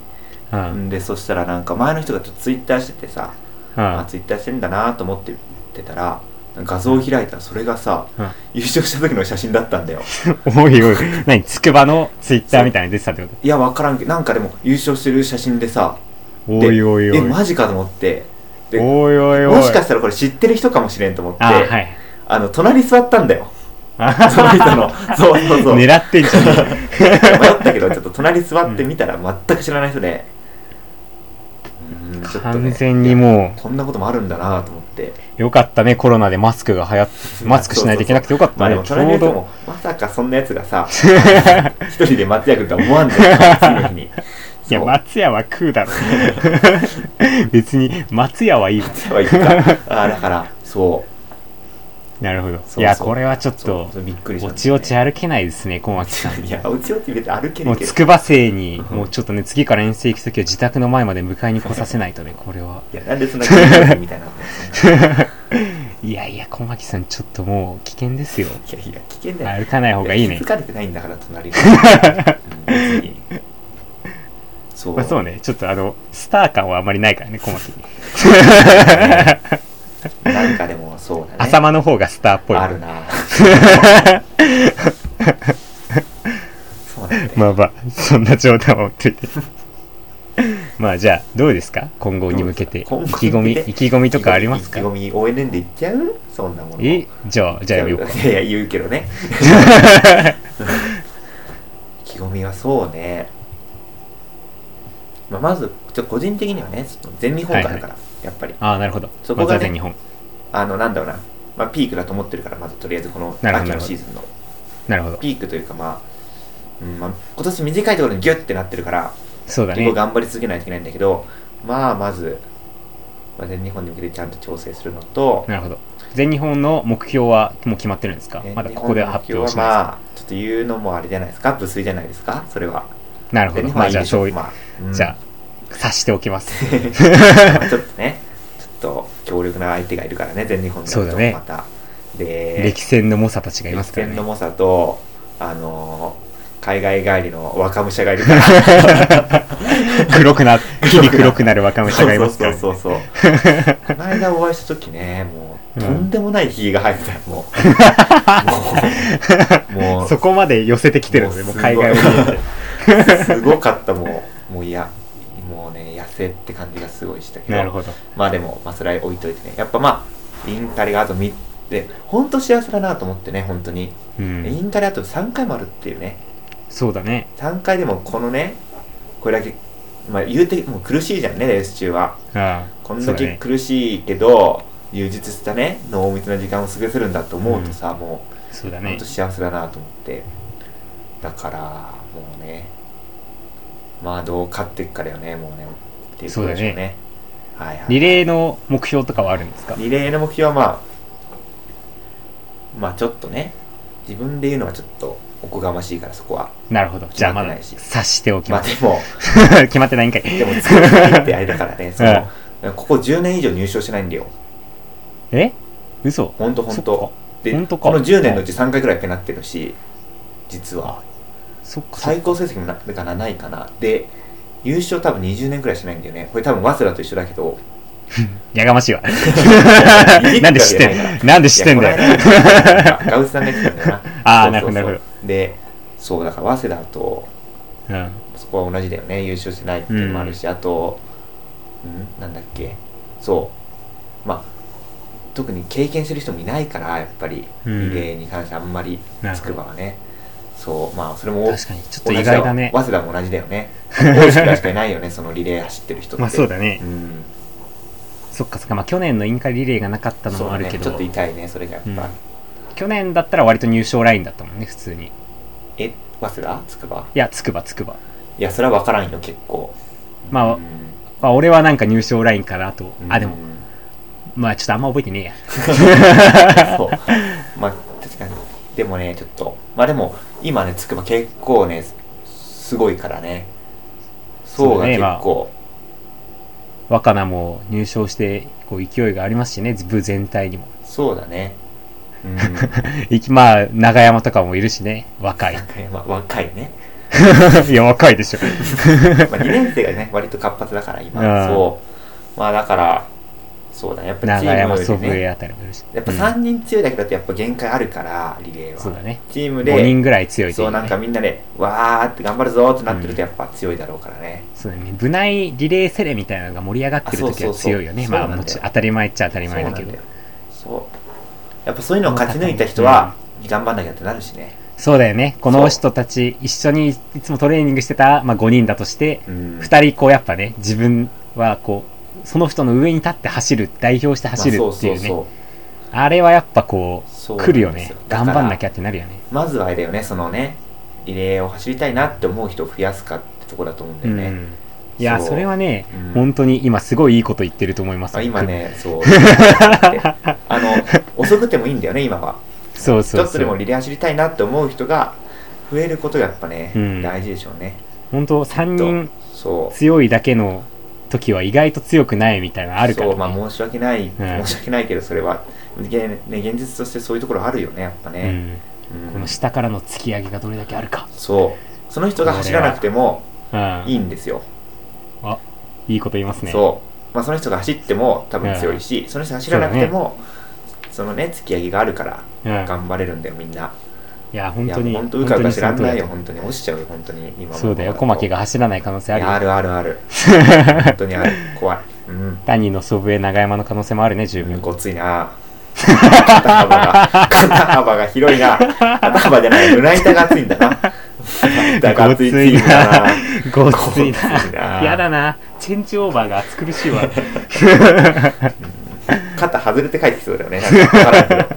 A: うんうん
B: でそしたらなんか前の人がちょっとツイッターしててさ、あツイッターしてんだなと思っててたら画像を開いたらそれがさ、
A: うん
B: 優勝した時の写真だったんだよ
A: おいおい何つくばのツイッターみたいなの出てたってこ
B: いや分からんけどなんかでも優勝してる写真でさ
A: と
B: で
A: おいおいおい
B: えマジかと思ってで
A: おいおいおい。
B: もしかしたらこれ知ってる人かもしれんと思って
A: あ
B: あ、
A: はい。
B: の隣座ったんだよ
A: [laughs] あ
B: [laughs] その人のそうそうそう
A: [laughs] 狙ってんじゃん。
B: 迷ったけどちょっと隣座ってみたら全く知らない人で、うん、ちょっとね
A: 完全にも
B: こんなこともあるんだなと思って
A: う、よかったね、コロナでマスクが流行って、マスクしないといけなくてよかった
B: まあで
A: ね
B: も、
A: ち
B: 隣の
A: ょう
B: 人も
A: ど。
B: まさかそんなやつ
A: [laughs]
B: がさ一人で松屋君とは思わんじゃん次の日に
A: いや、
B: そう
A: 松屋は食うだろ。 [laughs] 別に、松屋はいいわ。
B: はいいかあだからそう
A: なるほ
B: そう
A: ど。
B: そ
A: い
B: う
A: や、これはちょっ
B: そ
A: と
B: うそ、れびっくりした
A: お
B: んだ
A: ち
B: よ
A: お
B: ね
A: ち歩けないですね、小牧さん。
B: いやおちおち別に歩け
A: も
B: る
A: う、
B: けど
A: 筑波生に、もうちょっとね、次から遠征行くときは自宅の
B: [laughs]
A: 前まで迎えに来させないとね、これは。
B: いやなんでそんな気になるみたいな
A: いやいや、小牧さん、ちょっともう危険ですよ。
B: いやいや、危険だよ。
A: 歩かない方がいいね
B: 気づ。かれてないんだから、
A: [laughs]
B: 隣が。うん別にそう。
A: まあ、そうね、ちょっとあの、スター感はあまりないからね、小牧。
B: [laughs] なんかでも、そうだね。
A: 浅間の方がスターっぽい。
B: ある
A: [laughs]
B: な。そうなんだよ。
A: まあまあ、そんな冗談は置いといて。 [laughs] まあじゃあ、どうですか今後に向けて。意気
B: 今後に向けて
A: 込み、意気込みとかありますか
B: 意気込み、ONN で言っちゃうそんなもの。
A: えじゃあ、じゃあやめよ
B: [laughs]
A: うか。
B: いやいや言うけどね意気込みはそうね、まあ、まずちょっと個人的にはねちょっと全日本からだから、
A: はい
B: やっぱり
A: ああ、なるほど。
B: そ
A: ま
B: こがね
A: ずは全日本。
B: あのなんだろうな、まあ、ピークだと思ってるからまずとりあえずこの
A: なるほ
B: 秋
A: ど
B: のシーズンの
A: なるほど。
B: ピークというかまあ、うんまあ、今年短いところにギュッてなってるから
A: そうだ
B: 結構
A: ね。
B: 頑張り続けないといけないんだけど、まあまず、まあ、全日本に向けてちゃんと調整するのと
A: なるほど。全日本の目標はもう決まってるんですか
B: ね
A: まだここで発表し
B: 日本
A: ます。
B: の目標はまあ、ちょっと言うのもあれじゃないですか、無粋じゃないですか、それは。
A: なるほ
B: で
A: ど。
B: 日本
A: ま
B: は
A: あ
B: いい
A: じゃあ、
B: でしょ
A: そうう、
B: まあうん
A: じゃあ、察しておきます。
B: [laughs] まあちょっとね、ちょっと強力な相手がいるからね、全日本
A: そうだね
B: また。で、
A: 歴戦の猛者たちがいま
B: 歴
A: すから
B: 戦
A: ね
B: の。猛者と、あのー海外帰りの若武者がいるから。
A: 黒
B: [laughs]
A: くな、日々黒くなる若武者がいますからね。
B: そうそうそうそう。この間お会いした時ね、もう、
A: うん
B: とんでもないひげが生えてたよ、もう。もう、もう
A: そこまで寄せてきてるんで、もう海外を見えて。
B: すごかったもうもういやもうね痩せって感じがすごいしたけど
A: なるほど。
B: まあでもまあそれは置いといてねやっぱまあインカレがあと3で本当幸せだなと思ってね本当に、
A: う
B: イ
A: ん。
B: ンカレあと3回もあるっていうね
A: そうだね。
B: 3回でもこのねこれだけまあ言うてもう苦しいじゃんねレース中は
A: ああ。
B: こん
A: そ
B: だ
A: うだ
B: け
A: ね
B: 苦しいけど、充実したね濃密な時間を過ごせるんだと思うとさ、もう
A: そうだ
B: 本
A: ね
B: 当。幸せだなと思ってだからもうねまあどう勝っていくかだよねもうねっていうことでしょ
A: そうだ
B: はいはい
A: リレーの目標とかはあるんですか
B: リレーの目標はまあまあちょっとね自分で言うのはちょっとおこがましいからそこは
A: なるほど。じゃあまだ
B: 決まってないし
A: 察しておき
B: ま
A: ま
B: あ
A: す。
B: でも
A: 決まってないんかい。
B: でも作りたいってあれだか
A: [laughs]
B: らねその、ここ10年以上入賞してないんだよ
A: え嘘
B: ほんとほんとで
A: ほんとか
B: この10年のうち3回くらいペナってるし実は
A: そっか。そっ
B: 最
A: か
B: 高成績もなだから7位かなで優勝多分20年くらいしないんだよねこれ多分早稲田と一緒だけど
A: やがまし
B: [laughs]
A: いわ。
B: いや
A: なんで知ってん
B: い
A: だ
B: や
A: よ。なんで知ってんだ
B: いや
A: よ。
B: この間なんかガウスさんが言ってたんだよな
A: [laughs] あー
B: そうそうそう
A: なるほどなるほ
B: でそうだから早稲田と
A: うん。
B: そこは同じだよね優勝してないっていうのもあるし、あとうんなんだっけそうまあ特に経験してる人もいないからやっぱり
A: う
B: リレ
A: ん
B: ーに関してあんまり
A: なるほど
B: 筑波はねそうまあそれも
A: 確かに、ちょっと意外だね
B: 同。じよ早稲田も同じだよね。大石くらいしかいないよね、そのリレー走ってる人っ
A: [laughs]
B: て。
A: まあそうだね
B: う。ん。
A: そっかそっか。まあ去年のインカレリレーがなかったの
B: そう
A: もあ
B: だ
A: る
B: ね。
A: け
B: ちょっ
A: ど
B: と、痛いね、それがやっ
A: うん
B: ぱ。
A: 去年だったら割と入賞ラインだったもんね、普通に。い
B: え、早稲田つくば
A: や、つくばつくば。
B: いや、それは分からんよ、結構。
A: まあ
B: うん
A: まあ俺はなんか入賞ラインかなと。あ、でも [laughs]
B: う、ん
A: まあちょっとあんま覚えてねえや。
B: そう。まあ、確かに。でもね、ちょっと。まあでも、今ね、つくば結構ね、すすごいからね。そうが
A: そうね
B: 結
A: まあ
B: 構。
A: 若菜も入賞して、こう勢いがありますしね、部全体にも。 [laughs]
B: そうだね。うん。
A: いきまあ、長山とかもいるしね、若い。 [laughs]
B: まあ若いね。
A: いや、若い
B: [laughs]
A: でしょ。
B: まあ、2年生がね、割と活発だから、
A: う
B: 今。
A: ん
B: そう。まあ、だから、そうだね。やっぱチ
A: 長
B: ー
A: 山、
B: ム
A: 祖
B: で
A: 父江
B: ね。
A: あたりもいるし。
B: やっぱ
A: うん
B: 3人強いだけだと、やっぱ限界あるから、リレーは。
A: そうだね。
B: チームで、
A: 5人ぐらい強いとい
B: そう、
A: いね
B: なんかみんなで、わーって頑張るぞーってなってる
A: うん
B: と、やっぱ強いだろうからね。
A: そうだね。部内リレーセレみたいなのが盛り上がってる時は
B: あそうそうそう
A: 強いよね。
B: そう
A: まあ、
B: なんだよ
A: もちろん当たり前っちゃ当たり
B: そう
A: 前
B: な
A: だ
B: んだ
A: け
B: よ
A: ど。。
B: そう。やっぱそういうのを勝ち抜いた人は、頑張んなきゃってなるしね。
A: そうだよね。この人たち、一緒にいつもトレーニングしてた、まあ5人だとして、
B: うん。
A: 2人こうやっぱね、自分はこう、その人の上に立って走る、代表して走る
B: まあ
A: っていう
B: そうそう
A: ね。あれはやっぱこ、
B: そうう
A: 来るよ
B: なんで
A: ね
B: すよ。だか
A: 頑
B: ら
A: 張んなきゃってなるよね。
B: そうまずはあれだよね、そのね、リレーを走りたいなって思う人を増やすかってとこだと思うんだよね。
A: うん、いや
B: そ
A: そうれはね、
B: うん
A: 本当に今すごいいいこと言ってると思います
B: あ
A: よ
B: 今ね、
A: [laughs]
B: そう。あの、遅くてもいいんだよね、今は。
A: そうそう
B: 一つ
A: そ
B: でも
A: う
B: リレー走りたいなって思う人が増えることがやっぱね、
A: うん
B: 大事でしょうね。
A: 本当3人
B: そう。
A: 強いだけの時は意外と強くないみたいなのあるから、ね、
B: そう、まあ申し訳ない、
A: ん
B: 申し訳ないけど、それは。げね、現実としてそういうところあるよねやっぱ
A: う
B: ね、
A: ん。
B: うん
A: この下からの突き上げがどれだけあるか。
B: そうその人が走らなくても
A: うん。
B: いい
A: い
B: んですよ、
A: いこと言いますね。
B: そう、まあ、その人が走っても多分強いし、その人が走らなくてもそ,、のね突き上げがあるから
A: うん。い
B: 頑張れるんだよみんな、
A: や、本
B: いや
A: 当に。
B: 本当うかうか知らんないよ
A: 本
B: 本当に落ちちゃうよ本当に今
A: 当
B: の
A: にそうだよ。小牧が
B: が
A: 走らない可能性
B: あ
A: あ
B: る
A: るよ
B: あるある
A: [laughs]
B: ある本当にある怖いうん
A: ダニーの祖父江長山の可能性もあるね、十分。
B: ごついな肩幅が肩幅が広いな肩幅じゃない胸板が厚いんだなだが厚いチームだな
A: ごつい
B: ごついな
A: な。やだな。チェンジオーバーが暑苦しい
B: [laughs]
A: わ。
B: 肩外れて帰ってきそうだよねなんかわからんけ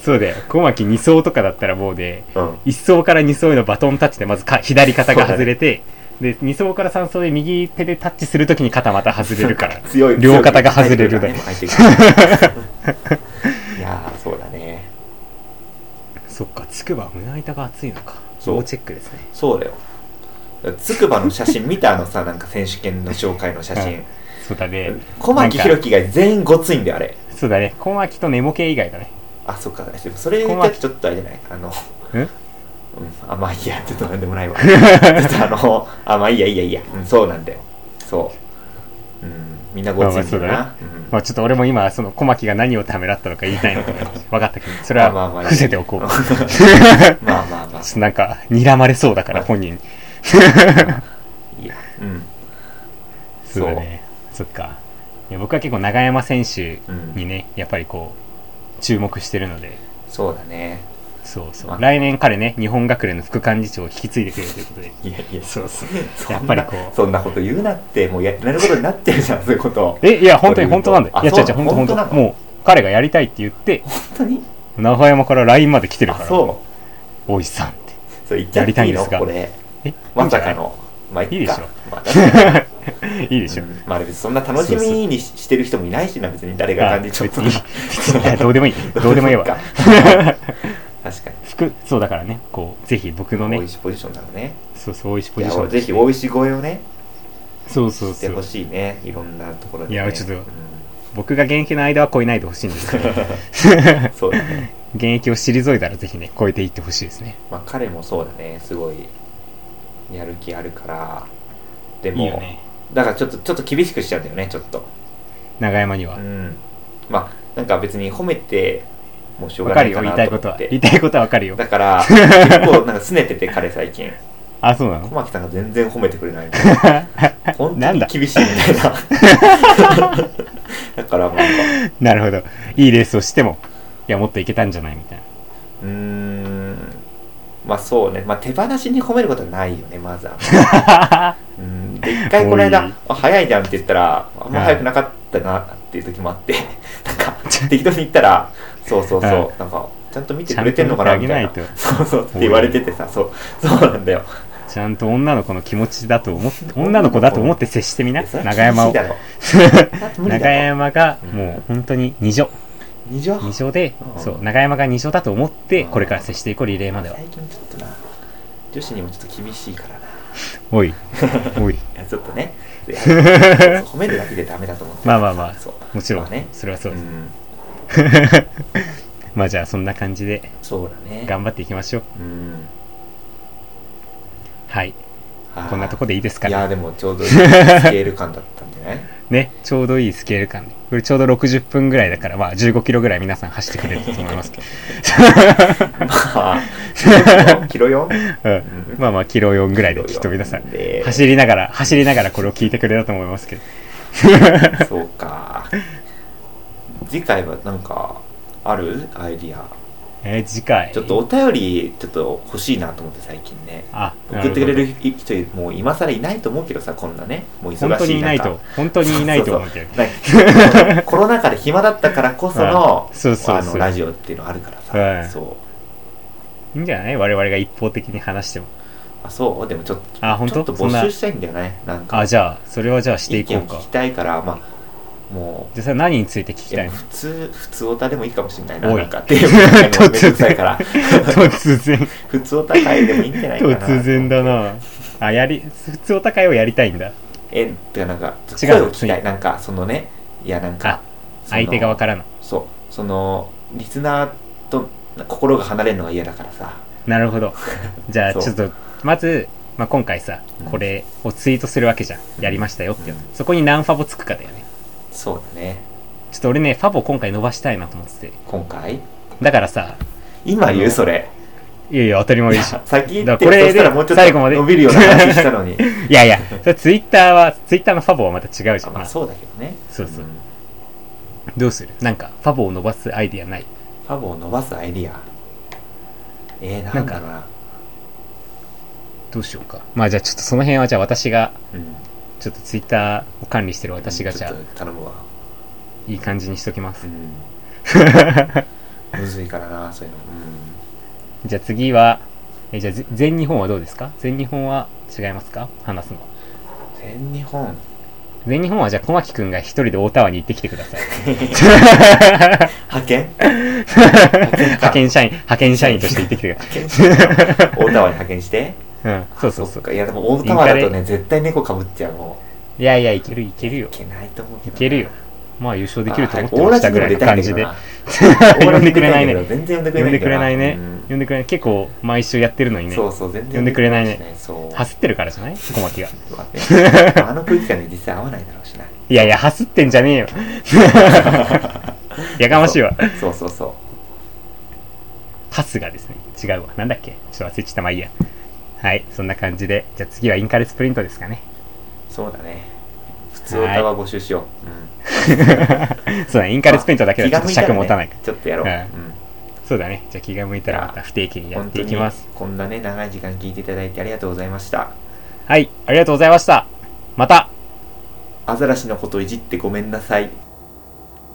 A: [laughs] そうだよ。小牧2走とかだったらもうで、
B: どうん
A: 1走から2走へのバトンタッチでまずか左肩が外れて、で、2走から3走で右手でタッチするときに肩また外れるから。
B: 強い
A: 両肩が外れるだけ
B: 入っ
A: [laughs]
B: てくるからねいやーそうだね
A: そっか、つくば胸板が熱いのか。
B: そう
A: 要チェックですね。
B: そうだよつくばの写真見たあのさなんか選手権の紹介の
A: [laughs]
B: 写真
A: そうだね。
B: 小牧宏樹が全員ごついんだよあれ
A: そうだね。小牧とネモ系以外だね。
B: あそっかでもそれだけちょっとあれじゃないあの
A: え
B: うん、あまあいいやちょっとなんでも
A: [laughs]
B: ないわちょっとあのあまあいいやいいやいいや、うん、そうなんだよそう、うん、みんなごついんだよ
A: まあ
B: な、
A: まあちょっと俺も今、その小牧が何をためらったのか言いたいのか分かったけど、それは伏せておこ
B: [laughs]
A: う。
B: まあうんまあまあまあ
A: ちょっとなんか、睨まれそうだから、本人に。
B: いいやうん
A: そうだね。そっか。いや僕は結構長山選手
B: うん
A: にね、やっぱりこう、注目してるので、
B: そうだね
A: そうそ
B: まあ
A: う。来年彼ね、日本学連の副幹事長を引き継いでくれるということで。
B: いやいや
A: そうそう。
B: [laughs] そんな
A: やっぱりこう
B: そんなこと言うなってもうややることになってるじゃんそういうこと
A: え、いや、本当に本当なんだよ。
B: あ
A: いや、
B: そ
A: 違
B: う
A: う違う、本当本当
B: 本当なの
A: もう、彼がやりたいって言って、
B: 本当に
A: 長山から LINE まで来てるか
B: あ
A: ら、
B: そ
A: おじさんって。
B: うそう言っちゃって
A: やり
B: いいの
A: たいんですが
B: これ
A: え、
B: まさかのまあい
A: いい
B: い
A: で
B: か
A: しょ
B: まあだ
A: [laughs]
B: って
A: いいんじゃない。いいでしょ。
B: うんまあ別にそんな楽しみにししてる人もいないしな別に誰が感じちゃうと
A: あ別に別にいやどう
B: [laughs]
A: でもいいどうでもいいわ
B: そっか確かに
A: [laughs] 服、そうだからね、こう、ぜひ僕の
B: 大
A: ね、
B: 石ポジションなのね
A: そうそう、大石ポ
B: い
A: ジショ
B: や
A: ン。
B: ぜひ大石越えをね
A: そうそう
B: して
A: そ
B: ほ
A: う。
B: しいねいろんなところで、ね、
A: いやちょっと
B: うん
A: 僕が現役の間は超えないでほしいんですけど、
B: [laughs] そうだね [laughs]
A: 現役を退いたらぜひね、超えていってほしいですね。
B: まあ彼もそうだねすごいやる気あるからでも
A: いいよね。
B: だからちょっとちょっと厳しくしちゃうんだよねちょっと
A: 長山には
B: う。んまあなんか別に褒めてもしょう
A: わか
B: がな
A: る
B: い
A: よ、
B: か
A: 言い
B: な
A: たい
B: と
A: こ
B: 思
A: とは。
B: っ
A: 言い
B: て
A: たいことはわかるよ。
B: だ
A: [laughs]
B: から結構なんか拗ねてて彼最近
A: あ、そうな
B: 小 [laughs]
A: の
B: 牧さんが全然褒めてくれ
A: [laughs]
B: ないみたいな本当
A: なん
B: に
A: だ
B: 厳しいみたいな
A: [laughs]
B: だからなんか
A: なるほど。いいレースをしても、いや、もっといけたんじゃないみたいな。
B: うーんまあそうね、まあ、手放しに褒めることはないよねまずは
A: [laughs]
B: うんで一回この
A: お
B: 間
A: い
B: 「あ早いじゃん」って言ったらあんま早くなかったなっていう時もあって [laughs] な
A: [laughs]
B: んか適当に言ったら「そうそうそう、
A: は
B: なんかちゃんと見てくれてんのかな」みたいな
A: ちゃんと見てあげないと
B: [laughs] そうそうって言われててさそうそうなんだよ
A: ちゃんと女の子の気持ちだと思って、女の子だと思って接してみな、
B: [laughs] それは
A: 長山を
B: 厳しい。だろ無理だ
A: [laughs]
B: ろ
A: 長山がもう本当に二女、
B: 二条
A: 二女で
B: う、ん
A: そう、長山が二女だと思って、
B: うん
A: これから接していこう、リレーまでは
B: 最。近ちょっとな女子にもちょっと厳しいからな
A: おい、おい。
B: いやちょっ
A: [laughs]
B: とねいや褒めるだけでダメだと思って
A: まあまあまあ
B: そう、
A: もちろ
B: ま
A: ん
B: あね、
A: それはそうで
B: う
A: す。
B: ん
A: まあじゃあ、そんな感じで
B: そうだね
A: 頑張っていきましょう。
B: うん
A: はい。
B: はあ
A: こんなとこでいいですか
B: い
A: ね
B: やでも
A: [laughs]
B: ちょうどいいスケール感だったんじゃない
A: ね、ちょうどいいスケール感で。これちょうど60分ぐらいだから、まあ15キロぐらい皆さん走ってくれると思い
B: [laughs]
A: ますけ
B: ま
A: [laughs]
B: あキロ4
A: ど。うん。まあまあ、キロ4ぐらいできっと皆さん
B: キロ四で、
A: 走りながら、走りながらこれを聞いてくれたと思いますけど。
B: [laughs] そうか次回はなんかあるアイディア
A: えー次回。
B: ちょっとお便りちょっと欲しいなと思って最近ね
A: あ、
B: 送ってくれ
A: な
B: る
A: ほ
B: 人もう今更いないと思うけどさこんなねもう忙し
A: ど本当にい
B: い中
A: ないと、本当にいないと思うけど。
B: そうそうなんかコロナ禍で暇だったからこその
A: うんそうそうそう
B: あのラジオっていうのあるからさ、
A: はい
B: そ
A: い
B: う
A: いんじゃない我々が一方的に話しても。
B: あそうでもちょっと
A: あ、本
B: ちょ
A: 当
B: っと
A: そん
B: 募
A: な
B: 集。したいんだよねなんか
A: あ、じゃあ、それはじゃあして
B: 意
A: いこ
B: 見
A: う
B: を聞
A: か
B: き。たいからまあもう
A: じゃあ、それ何について聞きた
B: い
A: いの
B: や普通普通オタでもいいかもしれないな
A: おい
B: なんかっていうの
A: [laughs] 突然
B: めんどくさいから
A: 突然、
B: 普通オタ会でもいいんじゃないかな
A: [laughs] 突然だなあ、やり、普通お高いをやりたいんだ。
B: えってかなんか
A: 違う
B: 声を聞きた
A: 次
B: いなんかそのねいやなんか
A: あ相手側
B: ら
A: からの。
B: そうそのリスナーと心が離れるのが嫌だからさ
A: なるほど。じゃあ、
B: そう
A: ちょっと、まず、まあ、今回さ
B: うん、
A: これをツイートするわけじゃん。やりましたよっていう
B: うん。
A: そこに何ファボつくかだよね。
B: そうだね
A: ちょっと俺ね、ファボ今回伸ばしたいなと思ってて。
B: 今回
A: だからさ、
B: 今言うそれ
A: いやいや、当たり前でし
B: [laughs]
A: ょ。
B: 先言
A: だ
B: っ
A: か
B: て
A: らこれで
B: そしたらもうちょっ
A: 最後ま
B: と
A: で
B: 伸びるような話し
A: [laughs]
B: たのに
A: いやいや、それツイッターは、ツイッターのファボはまた違うじゃ
B: あ
A: ん。
B: まあそうだけどね
A: そうそうんどうするなんか、ファボを伸ばすアイディアない。
B: ファボを伸ばすアイディアえー、なんだろうな
A: どうしようか。まあじゃあちょっとその辺はじゃあ私が、
B: うん
A: ちょっとツイッターを管理してる私がじゃ
B: ちょっと頼むわ
A: あ、いい感じにしときま
B: う
A: す。 [laughs]
B: んむずいからなそういうのうん
A: じゃあ次は、えじゃあぜ全日本はどうですか全日本は違いますか話すの。
B: 全日本
A: 全日本はじゃあ小牧くんが一人で大田原に行ってきてください。
B: 派遣
A: 派遣社員、派遣社員として行ってきてください。[laughs]
B: 大田原に派遣して
A: うん、そうそうそう。
B: っかいやでも大田原だと
A: イ
B: ね絶対猫かぶっちゃうも
A: いやいや、いけるいける
B: う
A: よ
B: い。けないと思うけど
A: いけるよまあ優勝できると思ってましたぐらいの感じで。
B: 呼
A: 呼
B: ん
A: ん
B: で
A: で [laughs]
B: く
A: く
B: れ
A: れ
B: な
A: ないい
B: ね
A: ね
B: 全然呼んでくれ
A: 呼
B: なんい
A: で
B: だ
A: く
B: よ
A: れないね
B: うん。
A: 呼んでくれない。結構毎週やってるのにね。
B: そうそう全然
A: 呼んでくれないね
B: そう
A: 走ってるからじゃない小牧が。
B: まあねあの空気感で実際合わないだろうしない
A: やいや、走ってんじゃねえよ。 [laughs] やかましいわ。
B: そうそうそう
A: ハスがですね、違うわ。なんだっけちょっと忘れちゃった。まあいいや。はい、そんな感じで。じゃあ次はインカレスプリントですか
B: [laughs]
A: ね。
B: そうだね普通歌は募集しよううん
A: そうだね、インカレスプリントだけだとちょっと尺持たないから。
B: 気が向いたらねちょっとやろう
A: うん
B: うん
A: そうだね。じゃあ気が向いたらまた不定期にやっていきます。
B: 本当にこんなね長い時間聞いていただいてありがとうございました
A: はい、ありがとうございました。また
B: アザラシのこといじってごめんなさい